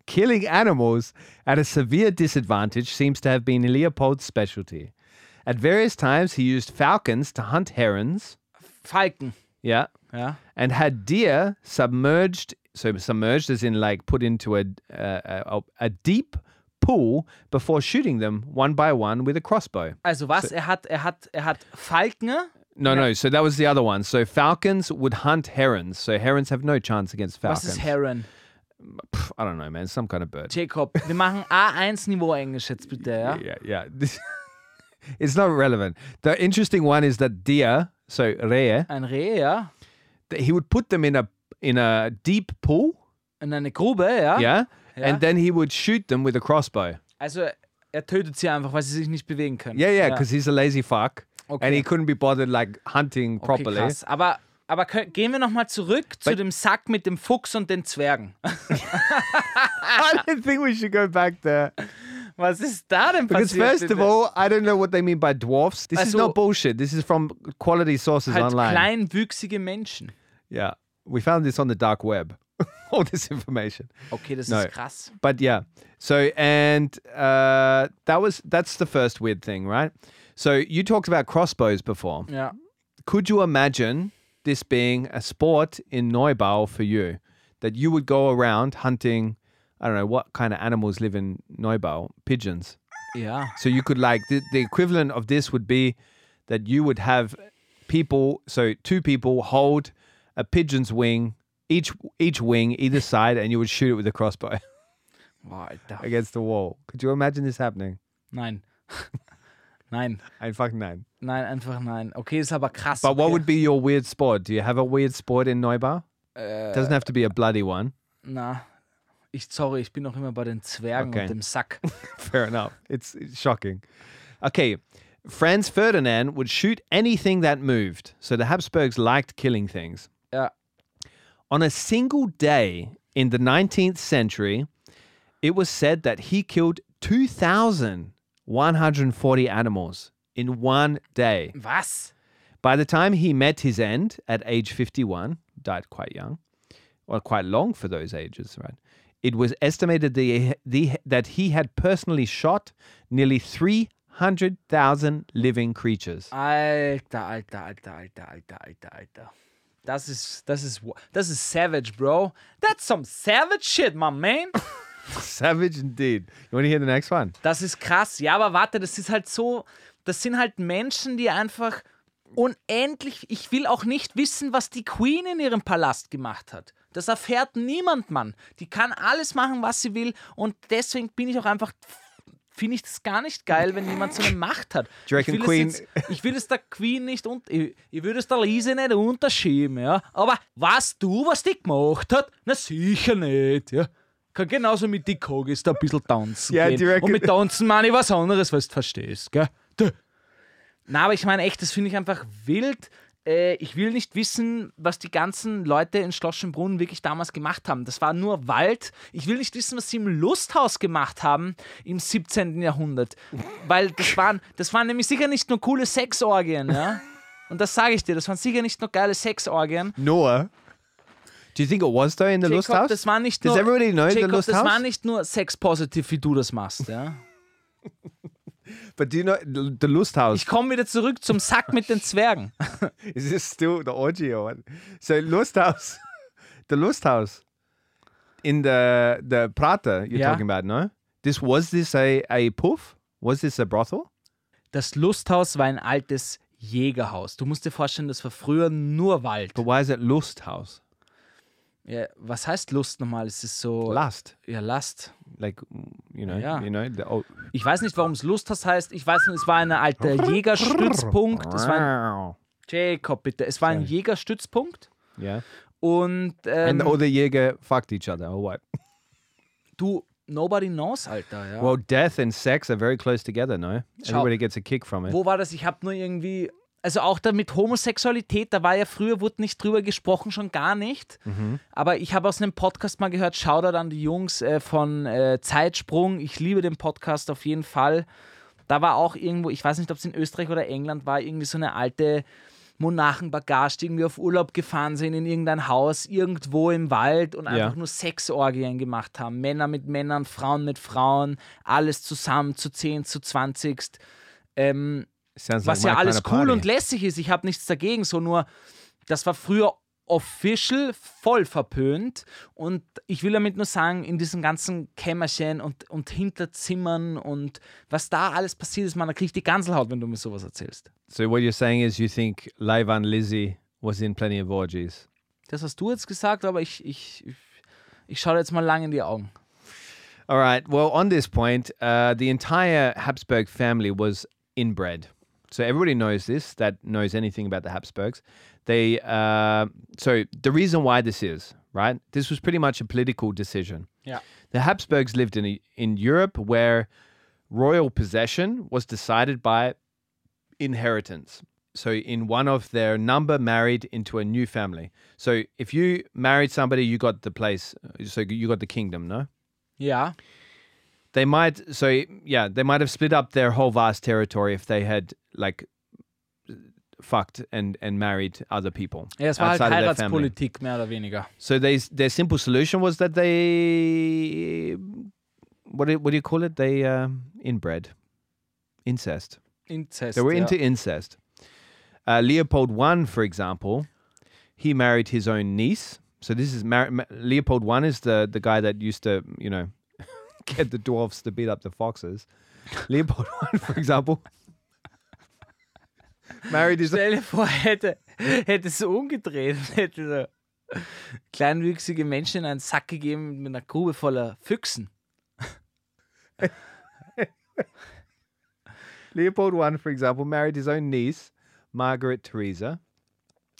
Killing animals at a severe disadvantage seems to have been Leopold's specialty. At various times, he used falcons to hunt herons. Falken. Yeah. Ja. And had deer submerged, so submerged as in like put into a, a, a, a deep pool before shooting them one by one with a crossbow. Also was? er hat, er hat, er hat Falken. No, no. So that was the other one. So falcons would hunt herons. So herons have no chance against Was falcons. ist Heron? Pff, I don't know, man. Some kind of bird. Jacob, wir machen A1-Niveau Englisch jetzt bitte, ja? Yeah, yeah. <laughs> it's not relevant. The interesting one is that deer, so rare, Ein Reh, ja? he would put them in a in a deep pool. In eine Grube, ja? Yeah. Yeah. And then he would shoot them with a crossbow. Also er tötet sie einfach, weil sie sich nicht bewegen können. Yeah, yeah, because he's a lazy fuck. And Okay. he couldn't be bothered like hunting okay, properly. Krass. Aber, aber kö- gehen wir nochmal zurück zu But- dem Sack mit dem Fuchs und den Zwergen. <laughs> <laughs> I don't think we should go back there. Was ist da denn Because passiert? first of bitte? all, I don't know what they mean by dwarfs. This is Also- not bullshit. This is from quality sources halt online. kleinwüchsige Menschen. Yeah, we found this on the dark web. <laughs> All this information. Okay, das No. ist krass. But yeah, so and uh, that was that's the first weird thing, right? So you talked about crossbows before. Ja. Could you imagine this being a sport in Neubau for you? That you would go around hunting. I don't know what kind of animals live in Neubau. Pigeons. Ja. So you could like the, the equivalent of this would be that you would have people, so two people hold a pigeon's wing each each wing, either side, and you would shoot it with a crossbow <laughs> Boah, Alter. against the wall. Could you imagine this happening? Nein. <laughs> nein. Ein fucking nein. Nein, einfach nein. Okay, ist aber krass. But what okay. would be your weird spot? Do you have a weird spot in Neubau? Doesn't have to be a bloody one. <laughs> Na, ich sorry, ich bin noch immer bei den Zwergen Okay. und dem Sack. <laughs> Fair enough. It's, it's shocking. Okay. Franz Ferdinand would shoot anything that moved. So the Habsburgs liked killing things. Ja. On a single day in the 19th century, it was said that he killed 2,140 animals in one day. Was? By the time he met his end at age 51, died quite young, or quite long for those ages, right? It was estimated the, the, that he had personally shot nearly 300,000 living creatures. Alter, alter, alter, alter, alter, alter, alter. Das ist, das ist, wa- das ist savage, bro. That's some savage shit, my man. <laughs> Savage indeed. You want to hear the next one? Das ist krass. Ja, aber warte, das ist halt so, das sind halt Menschen, die einfach unendlich, ich will auch nicht wissen, was die Queen in ihrem Palast gemacht hat. Das erfährt niemand, Mann. Die kann alles machen, was sie will und deswegen bin ich auch einfach finde ich das gar nicht geil, wenn jemand so eine Macht hat. Do you reckon ich, will Queen- es jetzt, ich will es der Queen nicht und ich, ich würde es der Lise nicht unterschieben, ja. Aber weißt du, was die gemacht hat? Na sicher nicht, ja. Kann genauso mit Dick Hogis da ein bisschen tanzen Ja, do you gehen. reckon- Und mit Tanzen meine ich was anderes, was du verstehst, gell? Du. Na, aber ich meine echt, das finde ich einfach wild. Äh, Ich will nicht wissen, was die ganzen Leute in Schloss Schönbrunn wirklich damals gemacht haben. Das war nur Wald. Ich will nicht wissen, was sie im Lusthaus gemacht haben im 17. Jahrhundert. Weil das waren, das waren nämlich sicher nicht nur coole Sexorgien, ja? Und das sage ich dir, das waren sicher nicht nur geile Sexorgien. Noah. Do you think it was though in the Jacob, Lusthaus? das war nicht Does nur, everybody know the Jacob, Lusthaus? das war nicht nur sex-positive, wie du das machst, ja? But do you know the the Lusthaus? <laughs> Ich komme wieder zurück zum Sack mit den Zwergen. Is this still the orgy or what? So Lusthaus, <laughs> the Lusthaus in the the Prater you're Yeah. talking about, no? This was this a a poof? Was this a brothel? Das Lusthaus war ein altes Jägerhaus. Du musst dir vorstellen, das war früher nur Wald. But why is it Lusthaus? Ja, was heißt Lust nochmal? Es ist so. Lust, Ja, Last. like mm, you know, Yeah. you know the oh. Ich weiß nicht, warum es Lusthaus heißt. Ich weiß nur, es war ein alter Jägerstützpunkt. Es war ein, Jacob, bitte. Es war ein Jägerstützpunkt. yeah. Und And ähm, all the Jäger fucked each other or Uh, what? du, nobody knows, Alter. Ja. Well, death and sex are very close together, no? Schau. Everybody gets a kick from it. Wo war das? Ich habe nur irgendwie. Also auch da mit Homosexualität, da war ja früher, wurde nicht drüber gesprochen, schon gar nicht. Aber ich habe aus einem Podcast mal gehört, Shoutout an die Jungs äh, von äh, Zeitsprung. Ich liebe den Podcast auf jeden Fall. Da war auch irgendwo, ich weiß nicht, ob es in Österreich oder England war, irgendwie so eine alte Monarchenbagage, die irgendwie auf Urlaub gefahren sind in irgendein Haus, irgendwo im Wald und einfach nur Sexorgien gemacht haben. Männer mit Männern, Frauen mit Frauen, alles zusammen zu 10, zu 20. Ähm, Sounds was like ja my alles kinda cool party. und lässig ist. Ich habe nichts dagegen, so nur, das war früher official voll verpönt. Und ich will damit nur sagen, in diesen ganzen Kämmerchen und, und Hinterzimmern und was da alles passiert ist, man, da krieg ich die Ganselhaut, wenn du mir sowas erzählst. So what you're saying is you think Levan Lizzie was in plenty of orgies. Das hast du jetzt gesagt, aber ich, ich, ich, ich schaue jetzt mal lang in die Augen. All right. Well, on this point, uh, the entire Habsburg family was inbred. So everybody knows this. That knows anything about the Habsburgs. They uh, so the reason why this is right. This was pretty much a political decision. Ja. The Habsburgs lived in in Europe where royal possession was decided by inheritance. So in one of their number married into a new family. So if you married somebody, you got the place. So you got the kingdom, no? Ja, they might so yeah they might have split up their whole vast territory if they had like fucked and and married other people ja es war halt outside of their family. Heiratspolitik, mehr oder weniger. so they their simple solution was that they what do, what do you call it they uh, inbred incest Inzest. they were ja. into incest uh, leopold i for example he married his own niece so this is Mar- Ma- leopold i is the, the guy that used to you know <laughs> get the dwarfs to beat up the foxes leopold <laughs> i for example married his Stell dir vor, <laughs> hätte, hätte es so umgedreht. und Hätte so. kleinwüchsige Menschen in einen Sack gegeben mit einer Grube voller Füchsen. Leopold I, for example, married his own niece, Margaret Theresa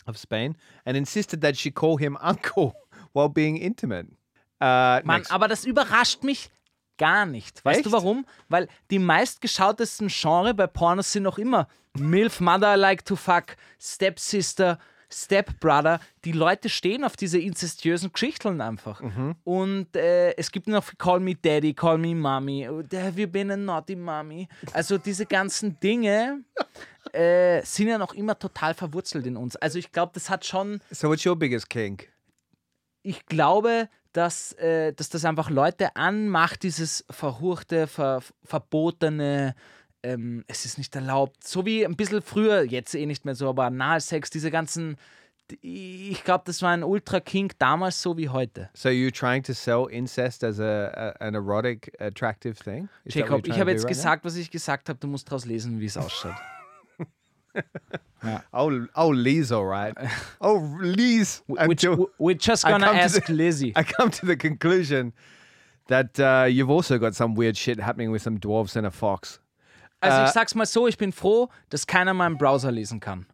of Spain, and insisted that she call him uncle <laughs> while being intimate. Uh, Mann, next. aber das überrascht mich gar nicht. Weißt du Echt? warum? Weil die meistgeschautesten Genre bei Pornos sind noch immer MILF, Mother I Like to Fuck, Stepsister, Stepbrother. Die Leute stehen auf diese inzestiösen Geschichteln einfach. Und äh, es gibt noch Call Me Daddy, Call Me Mommy, äh, Have You Been a Naughty Mommy? Also diese ganzen Dinge äh, sind ja noch immer total verwurzelt in uns. Also ich glaube, das hat schon so what's your biggest kink? ich glaube, dass, äh, dass das einfach Leute anmacht, dieses verhurchte, ver verbotene, ähm, es ist nicht erlaubt. So wie ein bisschen früher, jetzt eh nicht mehr so, aber Analsex, diese ganzen. die- Ich glaube, das war ein Ultra-King damals so wie heute. So you're trying to sell incest as a, a an erotic, attractive thing? Is that Jacob, what you're ich trying habe to do jetzt right now? gesagt, was ich gesagt habe. Du musst daraus lesen, wie es ausschaut. Oh, oh, Liz, all <laughs> right. Oh, Liz. <laughs> I'm Which, jo- we're just I gonna come to <laughs> ask the- Lizzie. I come to the conclusion that uh, you've also got some weird shit happening with some dwarves and a fox. Also ich Uh, sag's mal so, ich bin froh, dass keiner meinen Browser lesen kann.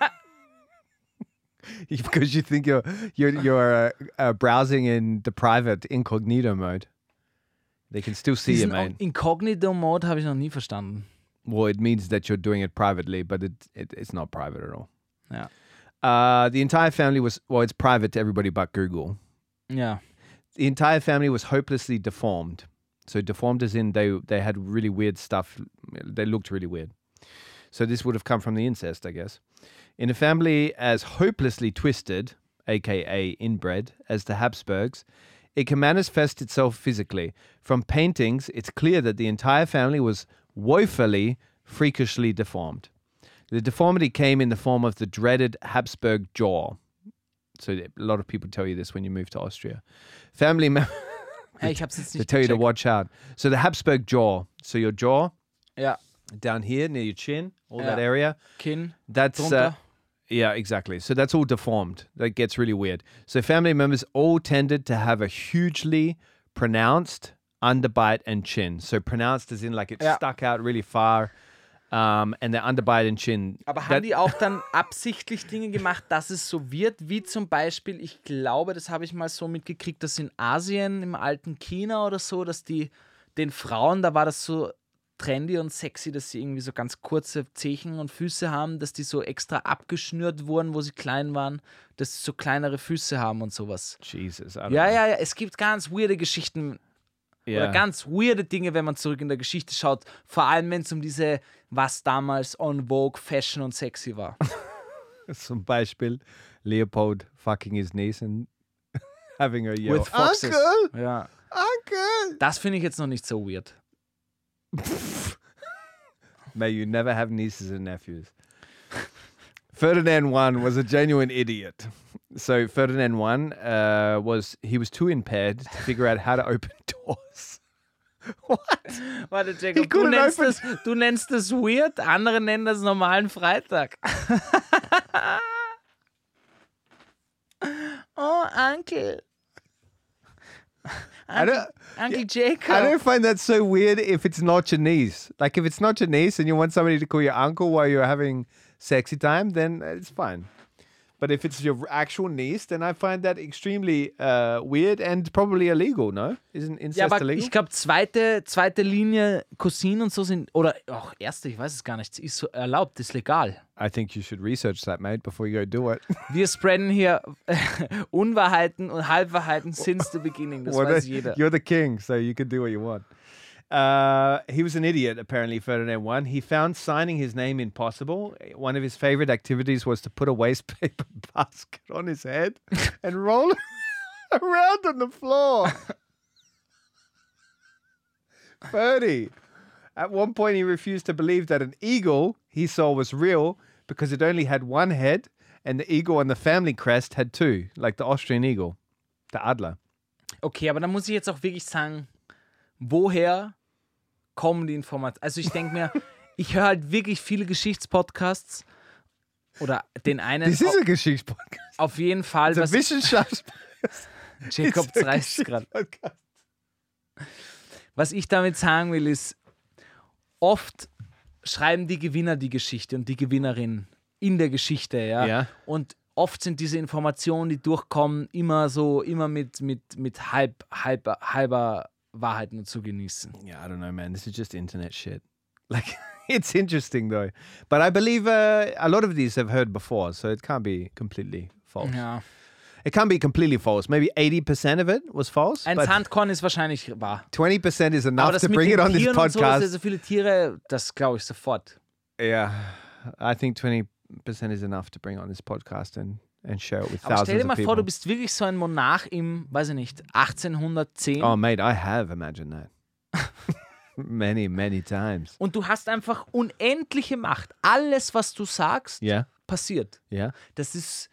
<laughs> because you think you're you're you're uh, uh, browsing in the private incognito mode. They can still see you, Diesen man. Incognito-Mode habe ich noch nie verstanden. Well, it means that you're doing it privately, but it, it it's not private at all. Ja. Uh, the entire family was well, it's private to everybody but Google. Ja. The entire family was hopelessly deformed. So deformed as in they they had really weird stuff. They looked really weird. So this would have come from the incest, I guess. In a family as hopelessly twisted, aka inbred, as the Habsburgs, it can manifest itself physically. From paintings, it's clear that the entire family was woefully, freakishly deformed. The deformity came in the form of the dreaded Habsburg jaw. So a lot of people tell you this when you move to Austria. Family <laughs> mem- Hey, ich hab's jetzt they nicht tell you to gecheckt. watch out. So the Habsburg jaw. So your jaw Ja, down here near your chin, all that Yeah. area. Kinn. That's uh, Drunter. yeah, exactly. So that's all deformed. That gets really weird. So family members all tended to have a hugely pronounced underbite and chin. So pronounced as in like it Yeah. stuck out really far. Um, and the underbite and chin. Aber that- haben die auch dann absichtlich Dinge gemacht, dass es so wird, wie zum Beispiel, ich glaube, das habe ich mal so mitgekriegt, dass in Asien, im alten China oder so, dass die den Frauen, da war das so trendy und sexy, dass sie irgendwie so ganz kurze Zehen und Füße haben, dass die so extra abgeschnürt wurden, wo sie klein waren, dass sie so kleinere Füße haben und sowas. Jesus. I don't Ja, know. ja, ja, es gibt ganz weirde Geschichten, Yeah. Oder ganz weirde Dinge, wenn man zurück in der Geschichte schaut. Vor allem, wenn es um diese, was damals on Vogue, Fashion und Sexy war. <laughs> Zum Beispiel Leopold fucking his niece and <laughs> having a yell. <laughs> With foxes. Uncle, Ja. uncle. Das finde ich jetzt noch nicht so weird. May you never have nieces and nephews. <laughs> Ferdinand I was a genuine idiot. So Ferdinand I uh, was he was too impaired to figure out how to open <laughs> doors. what? Warte, Ich Jacob, du couldn't nennst, open- das, du nennst das weird, andere nennen das normalen Freitag. <laughs> oh, Onkel. I don't. Onkel I Jacob. don't find that so weird if it's not your niece. Like if it's not your niece and you want somebody to call you uncle while you're having sexy time, then it's fine. But if it's your actual niece, then I find that extremely uh, weird and probably illegal. No, isn't Ja, incest aber illegal? ich glaube, zweite, zweite Linie, Cousinen und so sind, oder auch erste, ich weiß es gar nicht, ist so erlaubt, ist legal. I think you should research that, mate, before you go do it. Wir spreaden hier <laughs> Unwahrheiten und Halbwahrheiten since the beginning. Das Well, weiß the- jeder. You're the king, so you can do what you want. Uh, he was an idiot, apparently, Ferdinand I. He found signing his name impossible. One of his favorite activities was to put a waste <laughs> paper basket on his head and roll it <laughs> around on the floor. <laughs> Ferdy. At one point, he refused to believe that an eagle he saw was real because it only had one head, and the eagle on the family crest had two, like the Austrian eagle, the Adler. Okay, aber da muss ich jetzt auch wirklich sagen, woher kommen die Informationen? Also ich denke mir, ich höre halt wirklich viele Geschichtspodcasts Oder den einen. Das ist ein Geschichtspodcast. auf jeden Fall, Das was ist ein Wissenschaftspodcast. Jacob reißt <laughs> gerade. Was ich damit sagen will, ist, oft schreiben die Gewinner die Geschichte und die Gewinnerin in der Geschichte, ja. Ja. Und oft sind diese Informationen, die durchkommen, immer so, immer mit, mit, mit halb, halb, halber Wahrheit nur zu genießen. Yeah, I don't know, man. This is just internet shit. Like, <laughs> it's interesting though. But I believe uh, a lot of these I've heard before, so it can't be completely false. Ja. It can't be completely false. Maybe 80% of it was false. Ein but Sandkorn ist wahrscheinlich wahr. 20% is Aber enough das to mit bring den it on this Tieren und so, dass er podcast. so viele Tiere, das glaube ich sofort. yeah. I think 20% is enough to bring on this podcast and, and share it with Aber thousands stell dir mal of vor, du people. bist wirklich so ein Monarch im, weiß ich nicht, 1810 oh, mate, I have imagined that. <laughs> many, <laughs> many times. und du hast einfach unendliche Macht. Alles, was du sagst, Yeah. passiert. Yeah. Das ist,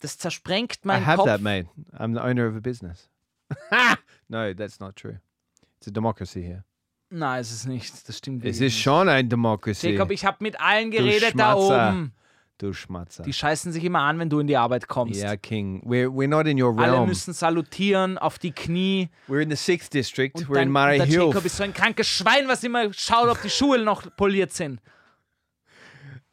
das zersprengt I meinen have Kopf. that, mate. I'm the owner of a business. <laughs> no, that's not true. It's a democracy here. Nein, es ist nicht. Das stimmt Es wirklich ist nicht. schon ein Democracy. Jacob, ich habe mit allen geredet da Schmatzer. oben. du Schmatzer. Die scheißen sich immer an, wenn du in die Arbeit kommst. Yeah, King. We're, we're not in your Alle realm. müssen salutieren, auf die Knie. We're in the 6th district. Und we're in dann, Murray der Hill. Jacob ist so ein krankes Schwein, was immer schaut, ob die Schuhe noch poliert sind.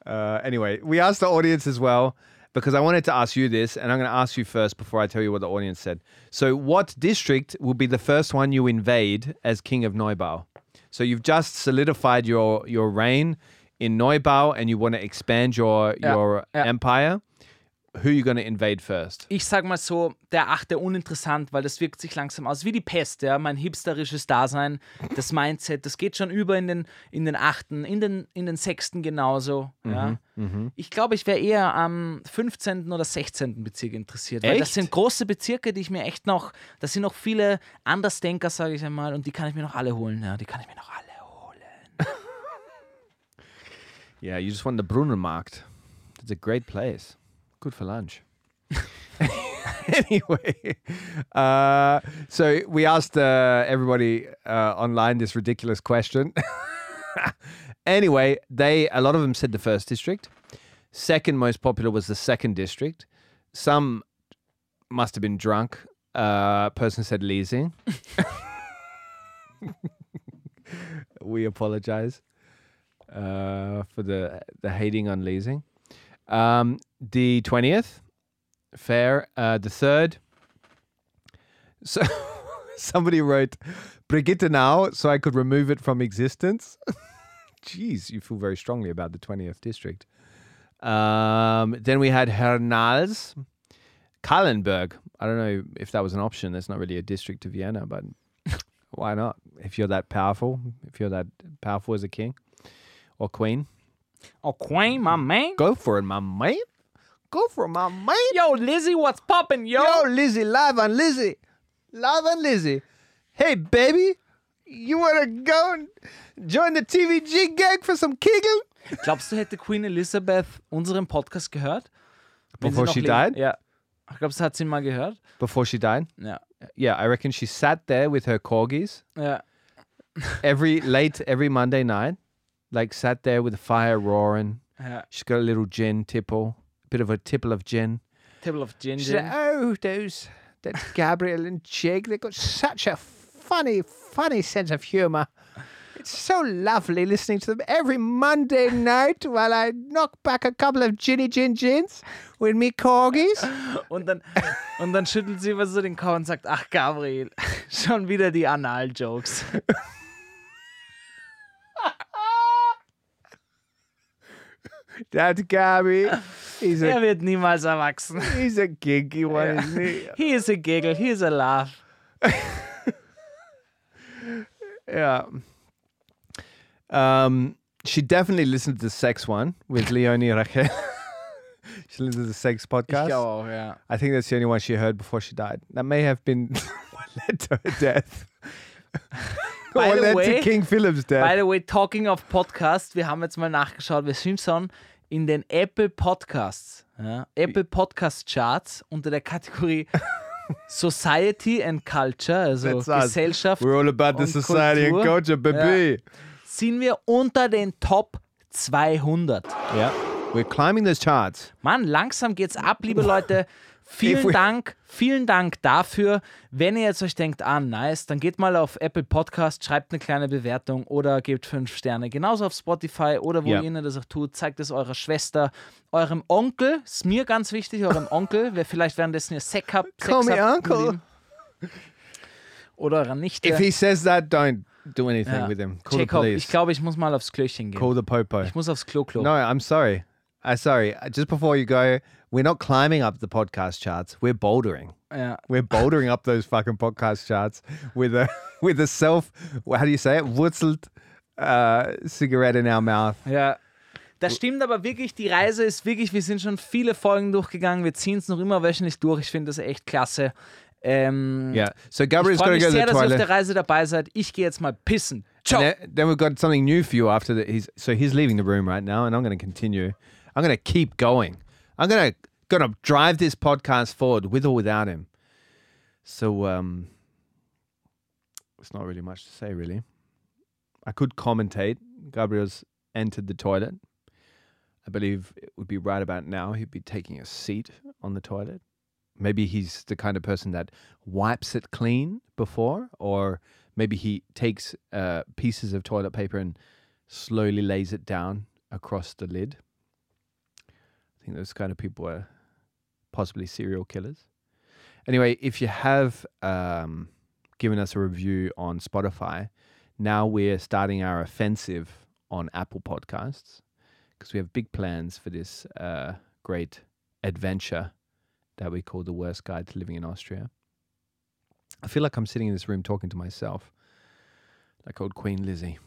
Uh, anyway, we asked the audience as well because I wanted to ask you this, and I'm going to ask you first before I tell you what the audience said. So, what district will be the first one you invade as king of Neubau? So, you've just solidified your your reign in Neubau, and you want to expand your Yeah, your yeah. empire. Who are you going to invade first? Ich sag mal so, der achte uninteressant, weil das wirkt sich langsam aus wie die Pest, ja. Mein hipsterisches Dasein, das Mindset, das geht schon über in den, in den achten, in den, in den sechsten genauso. Ja. Mhm, Ich glaube, ich wäre eher am 15. oder 16. Bezirk interessiert, weil das Echt? sind große Bezirke, die ich mir echt noch, das sind noch viele Andersdenker, sage ich einmal, und die kann ich mir noch alle holen, ja. Die kann ich mir noch alle holen. Yeah, you just want the Brunnenmarkt. It's a great place. Good for lunch. <laughs> anyway, uh, so we asked uh, everybody uh, online this ridiculous question. <laughs> anyway, they a lot of them said the first district. Second most popular was the second district. Some must have been drunk. Uh, person said leasing. <laughs> we apologize uh, for the the hating on leasing. Um, the twentieth, fair. Uh, the third. <laughs> So somebody wrote Brigitte now, so I could remove it from existence. <laughs> Jeez, you feel very strongly about the twentieth district. Um, then we had Hernals, Kahlenberg. I don't know if that was an option. That's not really a district of Vienna, but <laughs> why not? If you're that powerful, if you're that powerful as a king or queen. Okay, my man. Go for it, my mate. Go for it, my mate. Yo, Lizzie, what's poppin', yo? Yo, Lizzie, live on Lizzie. Live on Lizzie. Hey, baby, you want to go and join the TVG gang for some kegel? Glaubst du, hätte Queen Elizabeth unseren Podcast gehört? Wenn Before noch she leben- died? Ja. Ich glaube, das hat sie mal gehört. Before she died? Ja. Yeah, I reckon she sat there with her corgis ja. every late every Monday night, like sat there with the fire roaring. ja. She's got a little gin tipple, a bit of a tipple of gin. Table of She's like, Ginger. oh, those, that's Gabriel and Jake. They've got such a funny, funny sense of humor. It's so lovely listening to them every Monday night while I knock back a couple of ginny gin gins with me corgis. Und dann, und dann schüttelt sie über so den Kopf und sagt: Ach, Gabriel, <laughs> schon wieder die Anal-Jokes. That Gabby, he's Er a, wird niemals erwachsen. he's a kinky one, isn't he? He is a giggle, he is a laugh. Yeah. Um, she definitely listened to the sex one with Leonie Rachel. <laughs> she listened to the sex podcast. auch, ja. I think that's the only one she heard before she died. That may have been <laughs> what led to her death. <laughs> By or the led way- to King Philip's By death. the way, talking of Podcast, wir haben jetzt mal nachgeschaut, wir sind schon in den Apple Podcasts, ja, Apple Podcast Charts unter der <laughs> Kategorie Society and Culture, also That's us. Gesellschaft, We're all about the on society and Kultur. culture, baby. sind wir unter den Top 200. Yeah. We're climbing those charts. Mann, langsam geht's ab, liebe Leute. Vielen Dank, vielen Dank dafür. Wenn ihr jetzt euch denkt, ah, nice, dann geht mal auf Apple Podcast, schreibt eine kleine Bewertung oder gebt fünf Sterne. Genauso auf Spotify oder wo Ja. ihr das auch tut, zeigt es eurer Schwester, eurem Onkel, ist mir ganz wichtig, eurem Onkel, wer vielleicht währenddessen ihr Sack habt. Sex Call me habt mit Uncle. ihm. Oder eurer Nichte. If he says that, don't do anything Ja. with him. Call the Jacob, police. ich glaube, ich muss mal aufs Klöchen gehen. Call the popo. Ich muss aufs Klo-Klo. No, I'm sorry. I sorry. Uh, Just before you go, we're not climbing up the podcast charts. We're bouldering. Ja. We're bouldering up those fucking podcast charts with a <laughs> with a self. How do you say it? Wurzelt uh, cigarette in our mouth. Ja. Das stimmt aber wirklich, die Reise ist wirklich, wir sind schon viele Folgen durchgegangen, wir ziehen es noch immer wöchentlich durch, ich finde das echt klasse. Ähm, Yeah. So Ich Gabriel's freue mich got to go to sehr, the dass ihr auf toilet. der Reise dabei seid. Ich gehe jetzt mal pissen. Ciao. And then, then we've got something new for you after that. He's so he's leaving the room right now, and I'm going to continue. I'm going to keep going. I'm going to going to drive this podcast forward with or without him. So um, it's not really much to say, really. I could commentate. Gabriel's entered the toilet. I believe it would be right about now. He'd be taking a seat on the toilet. Maybe he's the kind of person that wipes it clean before, or maybe he takes uh, pieces of toilet paper and slowly lays it down across the lid. I think those kind of people are possibly serial killers. Anyway, if you have um, given us a review on Spotify, now we're starting our offensive on Apple Podcasts because we have big plans for this uh, great adventure that we call the worst guide to living in Austria. I feel like I'm sitting in this room talking to myself, like old Queen Lizzie.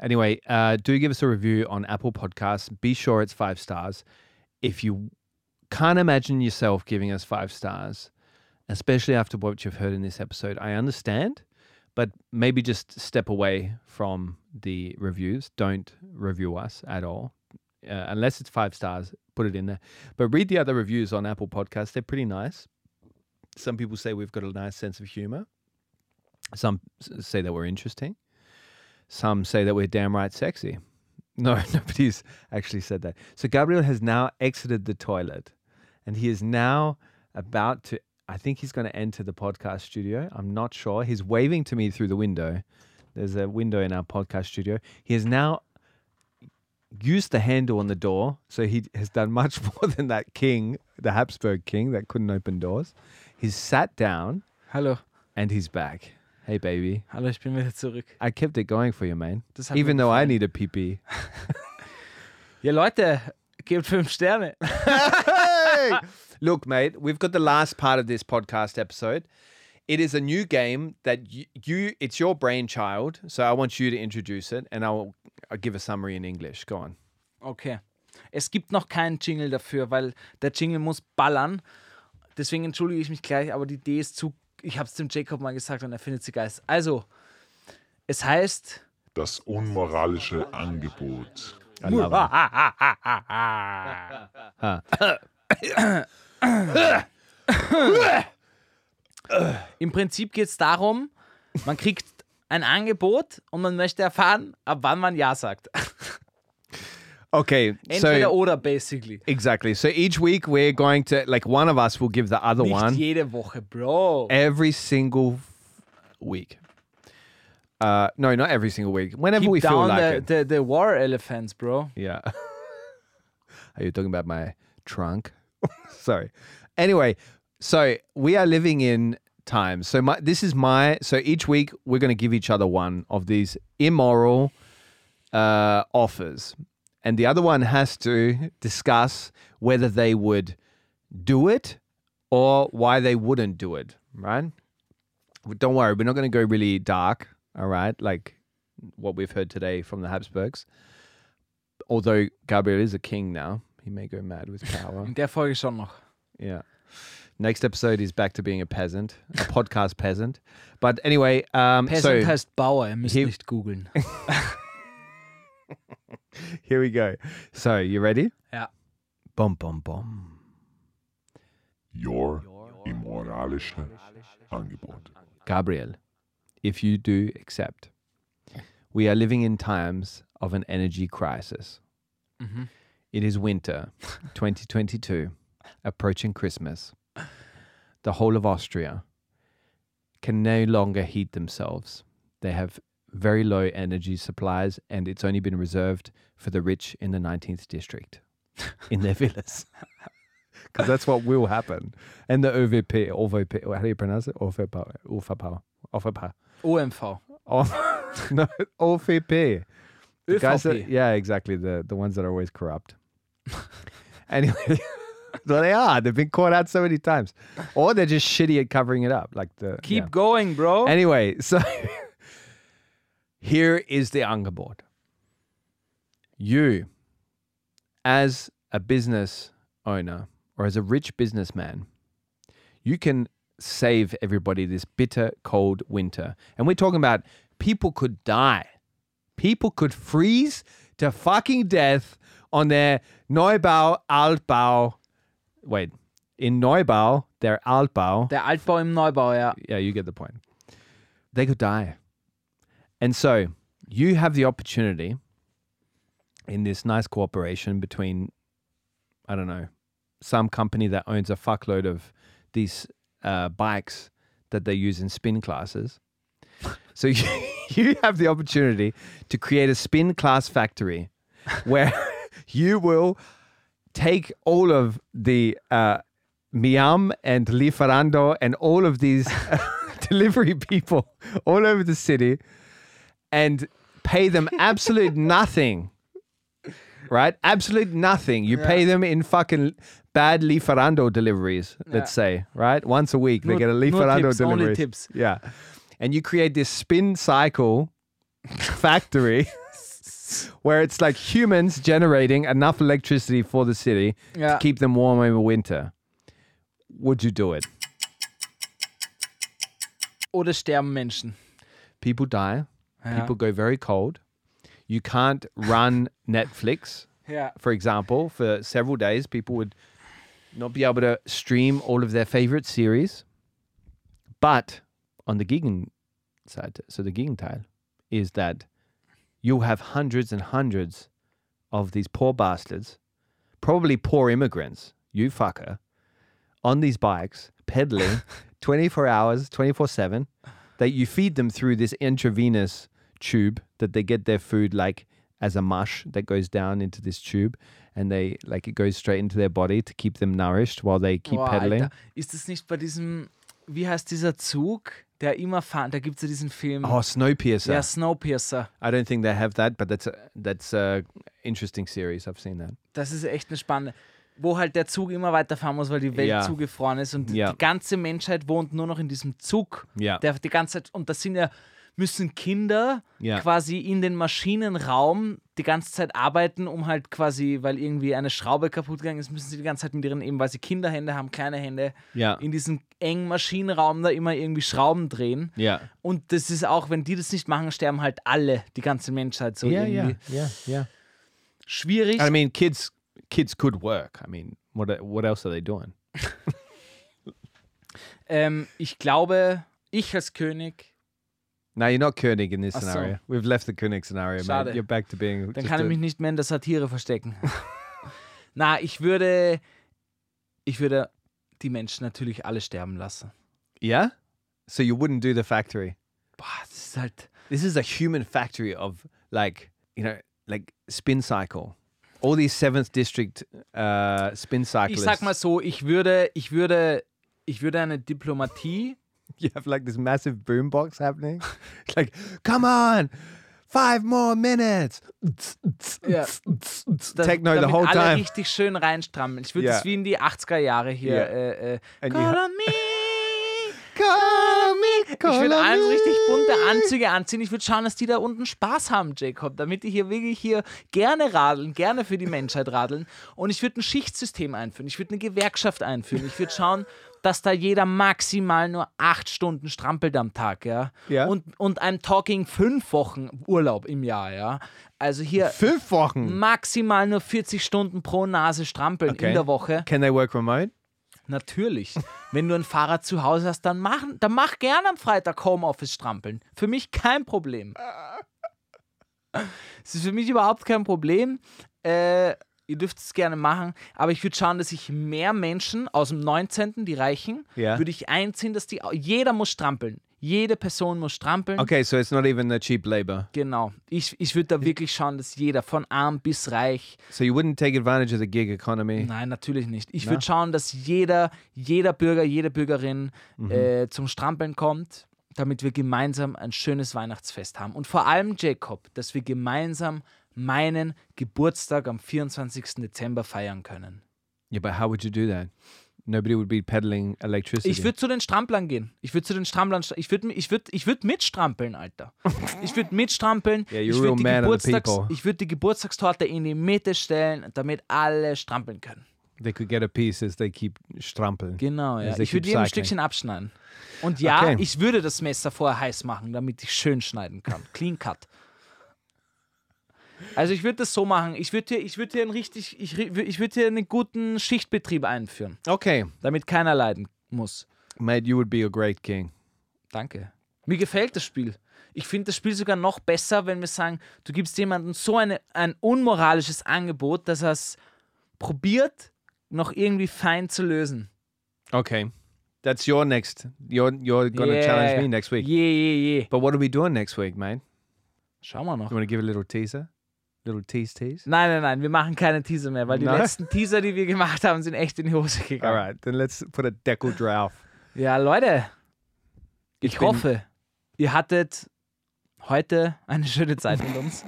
Anyway, uh, do give us a review on Apple Podcasts. Be sure it's five stars. If you can't imagine yourself giving us five stars, especially after what you've heard in this episode, I understand, but maybe just step away from the reviews. Don't review us at all. Uh, unless it's five stars, put it in there. But read the other reviews on Apple Podcasts. They're pretty nice some people say we've got a nice sense of humor. Some s- say that we're interesting. Some say that we're damn right sexy. <laughs> No, nobody's actually said that. So Gabriel has now exited the toilet and he is now about to, I think he's going to enter the podcast studio. I'm not sure. He's waving to me through the window. There's a window in our podcast studio. He has now used the handle on the door. So he has done much <laughs> more than that king, the Habsburg king that couldn't open doors. He's sat down Hallo, and he's back. Hey, baby. hallo, ich bin wieder zurück. I kept it going for you, man. Das hat mir Even though I gefallen. need a pee pee. Ja, Leute, gebt fünf Sterne. Hey! Look, mate, we've got the last part of this podcast episode. It is a new game that you, you it's your brainchild. So I want you to introduce it and I'll, I'll give a summary in English. Go on. Okay. Es gibt noch keinen Jingle dafür, weil der Jingle muss ballern. Deswegen entschuldige ich mich gleich, aber die Idee ist zu. Ich habe es dem Jacob mal gesagt und er findet sie geil. Also, es heißt Das unmoralische Angebot. I love it. Im Prinzip geht es darum, man kriegt ein Angebot und man möchte erfahren, ab wann man Ja <laughs> sagt. Okay. Entweder So, oder, basically. exactly. So each week we're going to, like, one of us will give the other Nicht one. jede Woche, Bro. every single week. Uh, no, not every single week. Whenever Keep we feel down like the, it. the, the war elephants, Bro. yeah. <laughs> Are you talking about my trunk? Sorry. Anyway, so we are living in time. So my this is my so each week we're going to give each other one of these immoral uh, offers, and the other one has to discuss whether they would do it or why they wouldn't do it. Right? But Don't worry, we're not going to go really dark. All right, like what we've heard today from the Habsburgs. Although Gabriel is a king now, he may go mad with power. In der Folge schon noch. Yeah. Next episode is back to being a peasant, a podcast <laughs> peasant. But anyway, um, Peasant so heißt Bauer, ihr müsst Hier- nicht googeln. <laughs> here we go. So you ready? Ja. Bum bum bum. Your immoralische Angebot. Gabriel, if you do accept, Mhm. we are living in times of an energy crisis. It is winter 2022, approaching Christmas. The whole of Austria can no longer heat themselves. They have very low energy supplies, and it's only been reserved for the rich in the 19th district <laughs> in their <laughs> villas. Because that's what will happen. And the OVP, OVP, how do you pronounce it? OVP, OVP, OVP. OMV. Oh, <laughs> no, OVP. The guys that- ÖVP. yeah, exactly. The the ones that are always corrupt. <laughs> anyway, <laughs> so they are. They've been caught out so many times, or they're just shitty at covering it up. Like the Keep yeah. going, bro. Anyway, <laughs> so here is the Angebot. You, as a business owner or as a rich businessman, you can save everybody this bitter cold winter. And we're talking about people could die. People could freeze to fucking death on their Neubau, Altbau. Wait, in Neubau, their Altbau Der Altbau im Neubau, ja. yeah, you get the point. They could die. And so you have the opportunity in this nice cooperation between, I don't know, some company that owns a fuckload of these uh, bikes that they use in spin classes. <laughs> So <laughs> you, you have the opportunity to create a spin class factory where <laughs> you will take all of the uh, Miam and Liferando and all of these <laughs> delivery people all over the city and pay them <laughs> absolute nothing. Right? Absolute nothing. You pay them in fucking bad Liferando deliveries, let's say, right? Once a week, they Nur- get a nur Liferando tips, only delivery. tips. Yeah. And you create this spin cycle factory where it's like humans generating enough electricity for the city Yeah. to keep them warm over winter. Would you do it? Oder sterben Menschen. People die. People go very cold. You can't run Netflix, Ja. for example, for several days. People would not be able to stream all of their favorite series. But on the Gegenseite, so the Gegenteil, is that you'll have hundreds and hundreds of these poor bastards, probably poor immigrants, you fucker, on these bikes, pedaling 24 hours, 24 7, that you feed them through this intravenous tube that they get their food like as a mush that goes down into this tube and they like it goes straight into their body to keep them nourished while they keep Boah, pedaling. Alter. Ist das nicht bei diesem, wie heißt dieser Zug, der immer fahren, da gibt es ja diesen Film. Oh, Snowpiercer. ja, Snowpiercer. I don't think they have that, but that's a, that's a interesting series. I've seen that. Das ist echt eine spannende. Wo halt der Zug immer weiterfahren muss, weil die Welt Ja. zugefroren ist und Ja. die ganze Menschheit wohnt nur noch in diesem Zug. Ja. Der die ganze Zeit, und das sind ja, müssen Kinder Ja. quasi in den Maschinenraum die ganze Zeit arbeiten, um halt quasi, weil irgendwie eine Schraube kaputt gegangen ist, müssen sie die ganze Zeit mit ihren, eben weil sie Kinderhände haben, kleine Hände, Ja. in diesem engen Maschinenraum da immer irgendwie Schrauben drehen. Yeah. Und das ist auch, wenn die das nicht machen, sterben halt alle, die ganze Menschheit so Yeah, yeah, irgendwie. yeah, yeah. Schwierig. I mean, kids kids could work. I mean, what what else are they doing? Ähm, ich glaube, ich als König, No, you're not Koenig in this Ach so. scenario. We've left the Koenig scenario, man. Schade. You're back to being. dann just kann a- ich mich nicht mehr in der Satire verstecken. <laughs> Na, ich würde, ich würde die Menschen natürlich alle sterben lassen. yeah. So you wouldn't do the factory. Boah, das ist halt, This is a human factory of like you know like spin cycle. All these seventh district uh, spin cyclists. ich sag mal so, ich würde, ich würde, ich würde eine Diplomatie, <laughs> you have like this massive boombox happening. <laughs> It's like, come on, five more minutes. Ja. da- Techno the damit whole alle time. richtig schön reinstrammeln. Ich würde Ja. es wie in die 80er Jahre hier, Ja. äh, äh, And you call ha- on <laughs> me. Call me, Ich call würde on allen so me. richtig bunte Anzüge anziehen. Ich würde schauen, dass die da unten Spaß haben, Jacob, damit die hier wirklich hier gerne radeln, gerne für die Menschheit radeln. Und ich würde ein Schichtsystem einführen. Ich würde eine Gewerkschaft einführen. Ich würde schauen, dass da jeder maximal nur acht Stunden strampelt am Tag, ja. Ja. Und, und I'm talking fünf Wochen Urlaub im Jahr, ja. Also hier Fünf Wochen. maximal nur 40 Stunden pro Nase strampeln Okay. in der Woche. Can they work remote? Natürlich. Wenn du einen Fahrer zu Hause hast, dann mach, dann mach gerne am Freitag Homeoffice strampeln. Für mich kein Problem. Es ist für mich überhaupt kein Problem. Äh, Ihr dürft es gerne machen, aber ich würde schauen, dass ich mehr Menschen aus dem 19., die Reichen, Ja. würde ich einziehen, dass die. Jeder muss strampeln. Jede Person muss strampeln. Okay, so it's not even the cheap labor. Genau. Ich, ich würde da wirklich schauen, dass jeder von arm bis reich. So you wouldn't take advantage of the gig economy. Nein, natürlich nicht. Ich Na? würde schauen, dass jeder, jeder Bürger, jede Bürgerin Mhm. äh, zum Strampeln kommt, damit wir gemeinsam ein schönes Weihnachtsfest haben. Und vor allem, Jacob, dass wir gemeinsam meinen Geburtstag am 24. Dezember feiern können. Yeah, but how would you do that? Nobody would be peddling electricity. Ich würde zu den Stramplern gehen. Ich würde zu den Stramplern. stra- Ich würde ich würd, ich würd mitstrampeln, Alter. Ich würde mitstrampeln. Yeah, you're ich real würde die, man of the Geburtstags- people. ich würd die Geburtstagstorte in die Mitte stellen, damit alle strampeln können. They could get a piece as they keep strampeln. Genau, ja. As they Ich keep würde jedem ein cycling. Stückchen abschneiden. Und ja, Okay. ich würde das Messer vorher heiß machen, damit ich schön schneiden kann. Clean cut. Also ich würde das so machen. Ich würde hier, ich würde hier einen richtig, ich, ri- ich würde hier einen guten Schichtbetrieb einführen, Okay, damit keiner leiden muss. mate, you would be a great king. Danke. Mir gefällt das Spiel. Ich finde das Spiel sogar noch besser, wenn wir sagen, du gibst jemandem so eine, ein unmoralisches Angebot, dass er es probiert, noch irgendwie fein zu lösen. Okay, that's your next. You're you're gonna challenge me next week. Je, je, je. But what are we doing next week, mate? Schauen wir noch. You want to give a little teaser? Little tease, tease. Nein, nein, nein, wir machen keine Teaser mehr, weil die Nein? letzten Teaser, die wir gemacht haben, sind echt in die Hose All gegangen. right, then let's put a deckle drauf. Ja, Leute, ich, bin- hoffe, ihr hattet heute eine schöne Zeit mit <laughs> uns.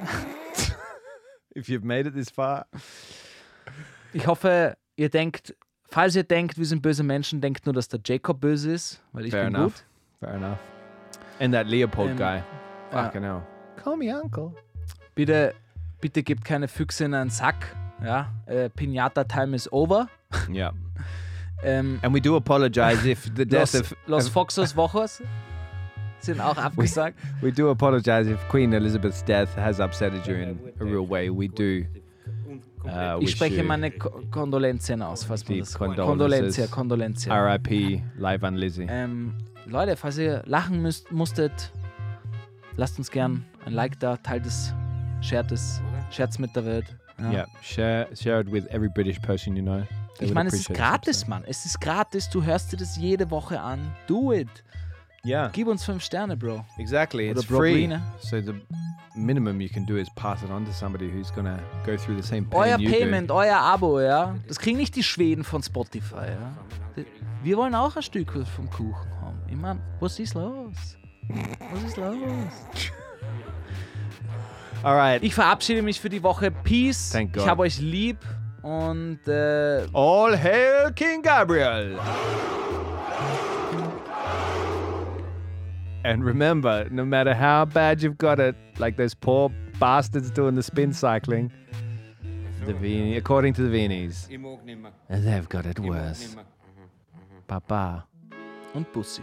If you've made it <laughs> this far, Ich hoffe, ihr denkt, falls ihr denkt, wir sind böse Menschen, denkt nur, dass der Jacob böse ist, weil ich fair bin enough. Fair enough. And that Leopold Um, guy. uh, Fucking hell. Call me uncle. gut. Bitte, bitte gebt keine Füchse in einen Sack. Ja, äh, Pinata Time is over. <laughs> yeah. Ähm, And we do apologize if <laughs> the death Los, of Los Foxos Wochos sind auch abgesagt. We do apologize if Queen Elizabeth's death has upsetted you in a real way. We do. Uh, Ich wish spreche you meine Ko Kondolenzen aus, falls man Deep das condolences. Kondolenzen, Kondolenzen. R.I.P. Live and Lizzie. Ähm, Leute, falls ihr lachen müsst, musstet, lasst uns gern ein Like da, teilt es, shared es, scherzt mit der Welt. Ja. Yeah, share share it with every British person you know. They uh, Ich would meine, es ist appreciate gratis, this episode. Mann. Es ist gratis. Du hörst dir das jede Woche an. Do it. Yeah, Gib uns fünf Sterne, Bro. exactly. Oder It's free. Broccoli. So the minimum you can do is pass it on to somebody who's gonna go through the same pain Euer you Payment, euer Abo, ja. Das kriegen nicht die Schweden von Spotify, ja. Wir wollen auch ein Stück vom Kuchen haben. Ich meine, was ist los? Was ist los? do. All right. Ich verabschiede mich für die Woche. Peace. Thank God. Ich habe euch lieb und äh, All hail King Gabriel. And remember, no matter how bad you've got it, like those poor bastards doing the spin cycling, the Vini, according to the Vinis, they've got it worse. Papa. und Bussi.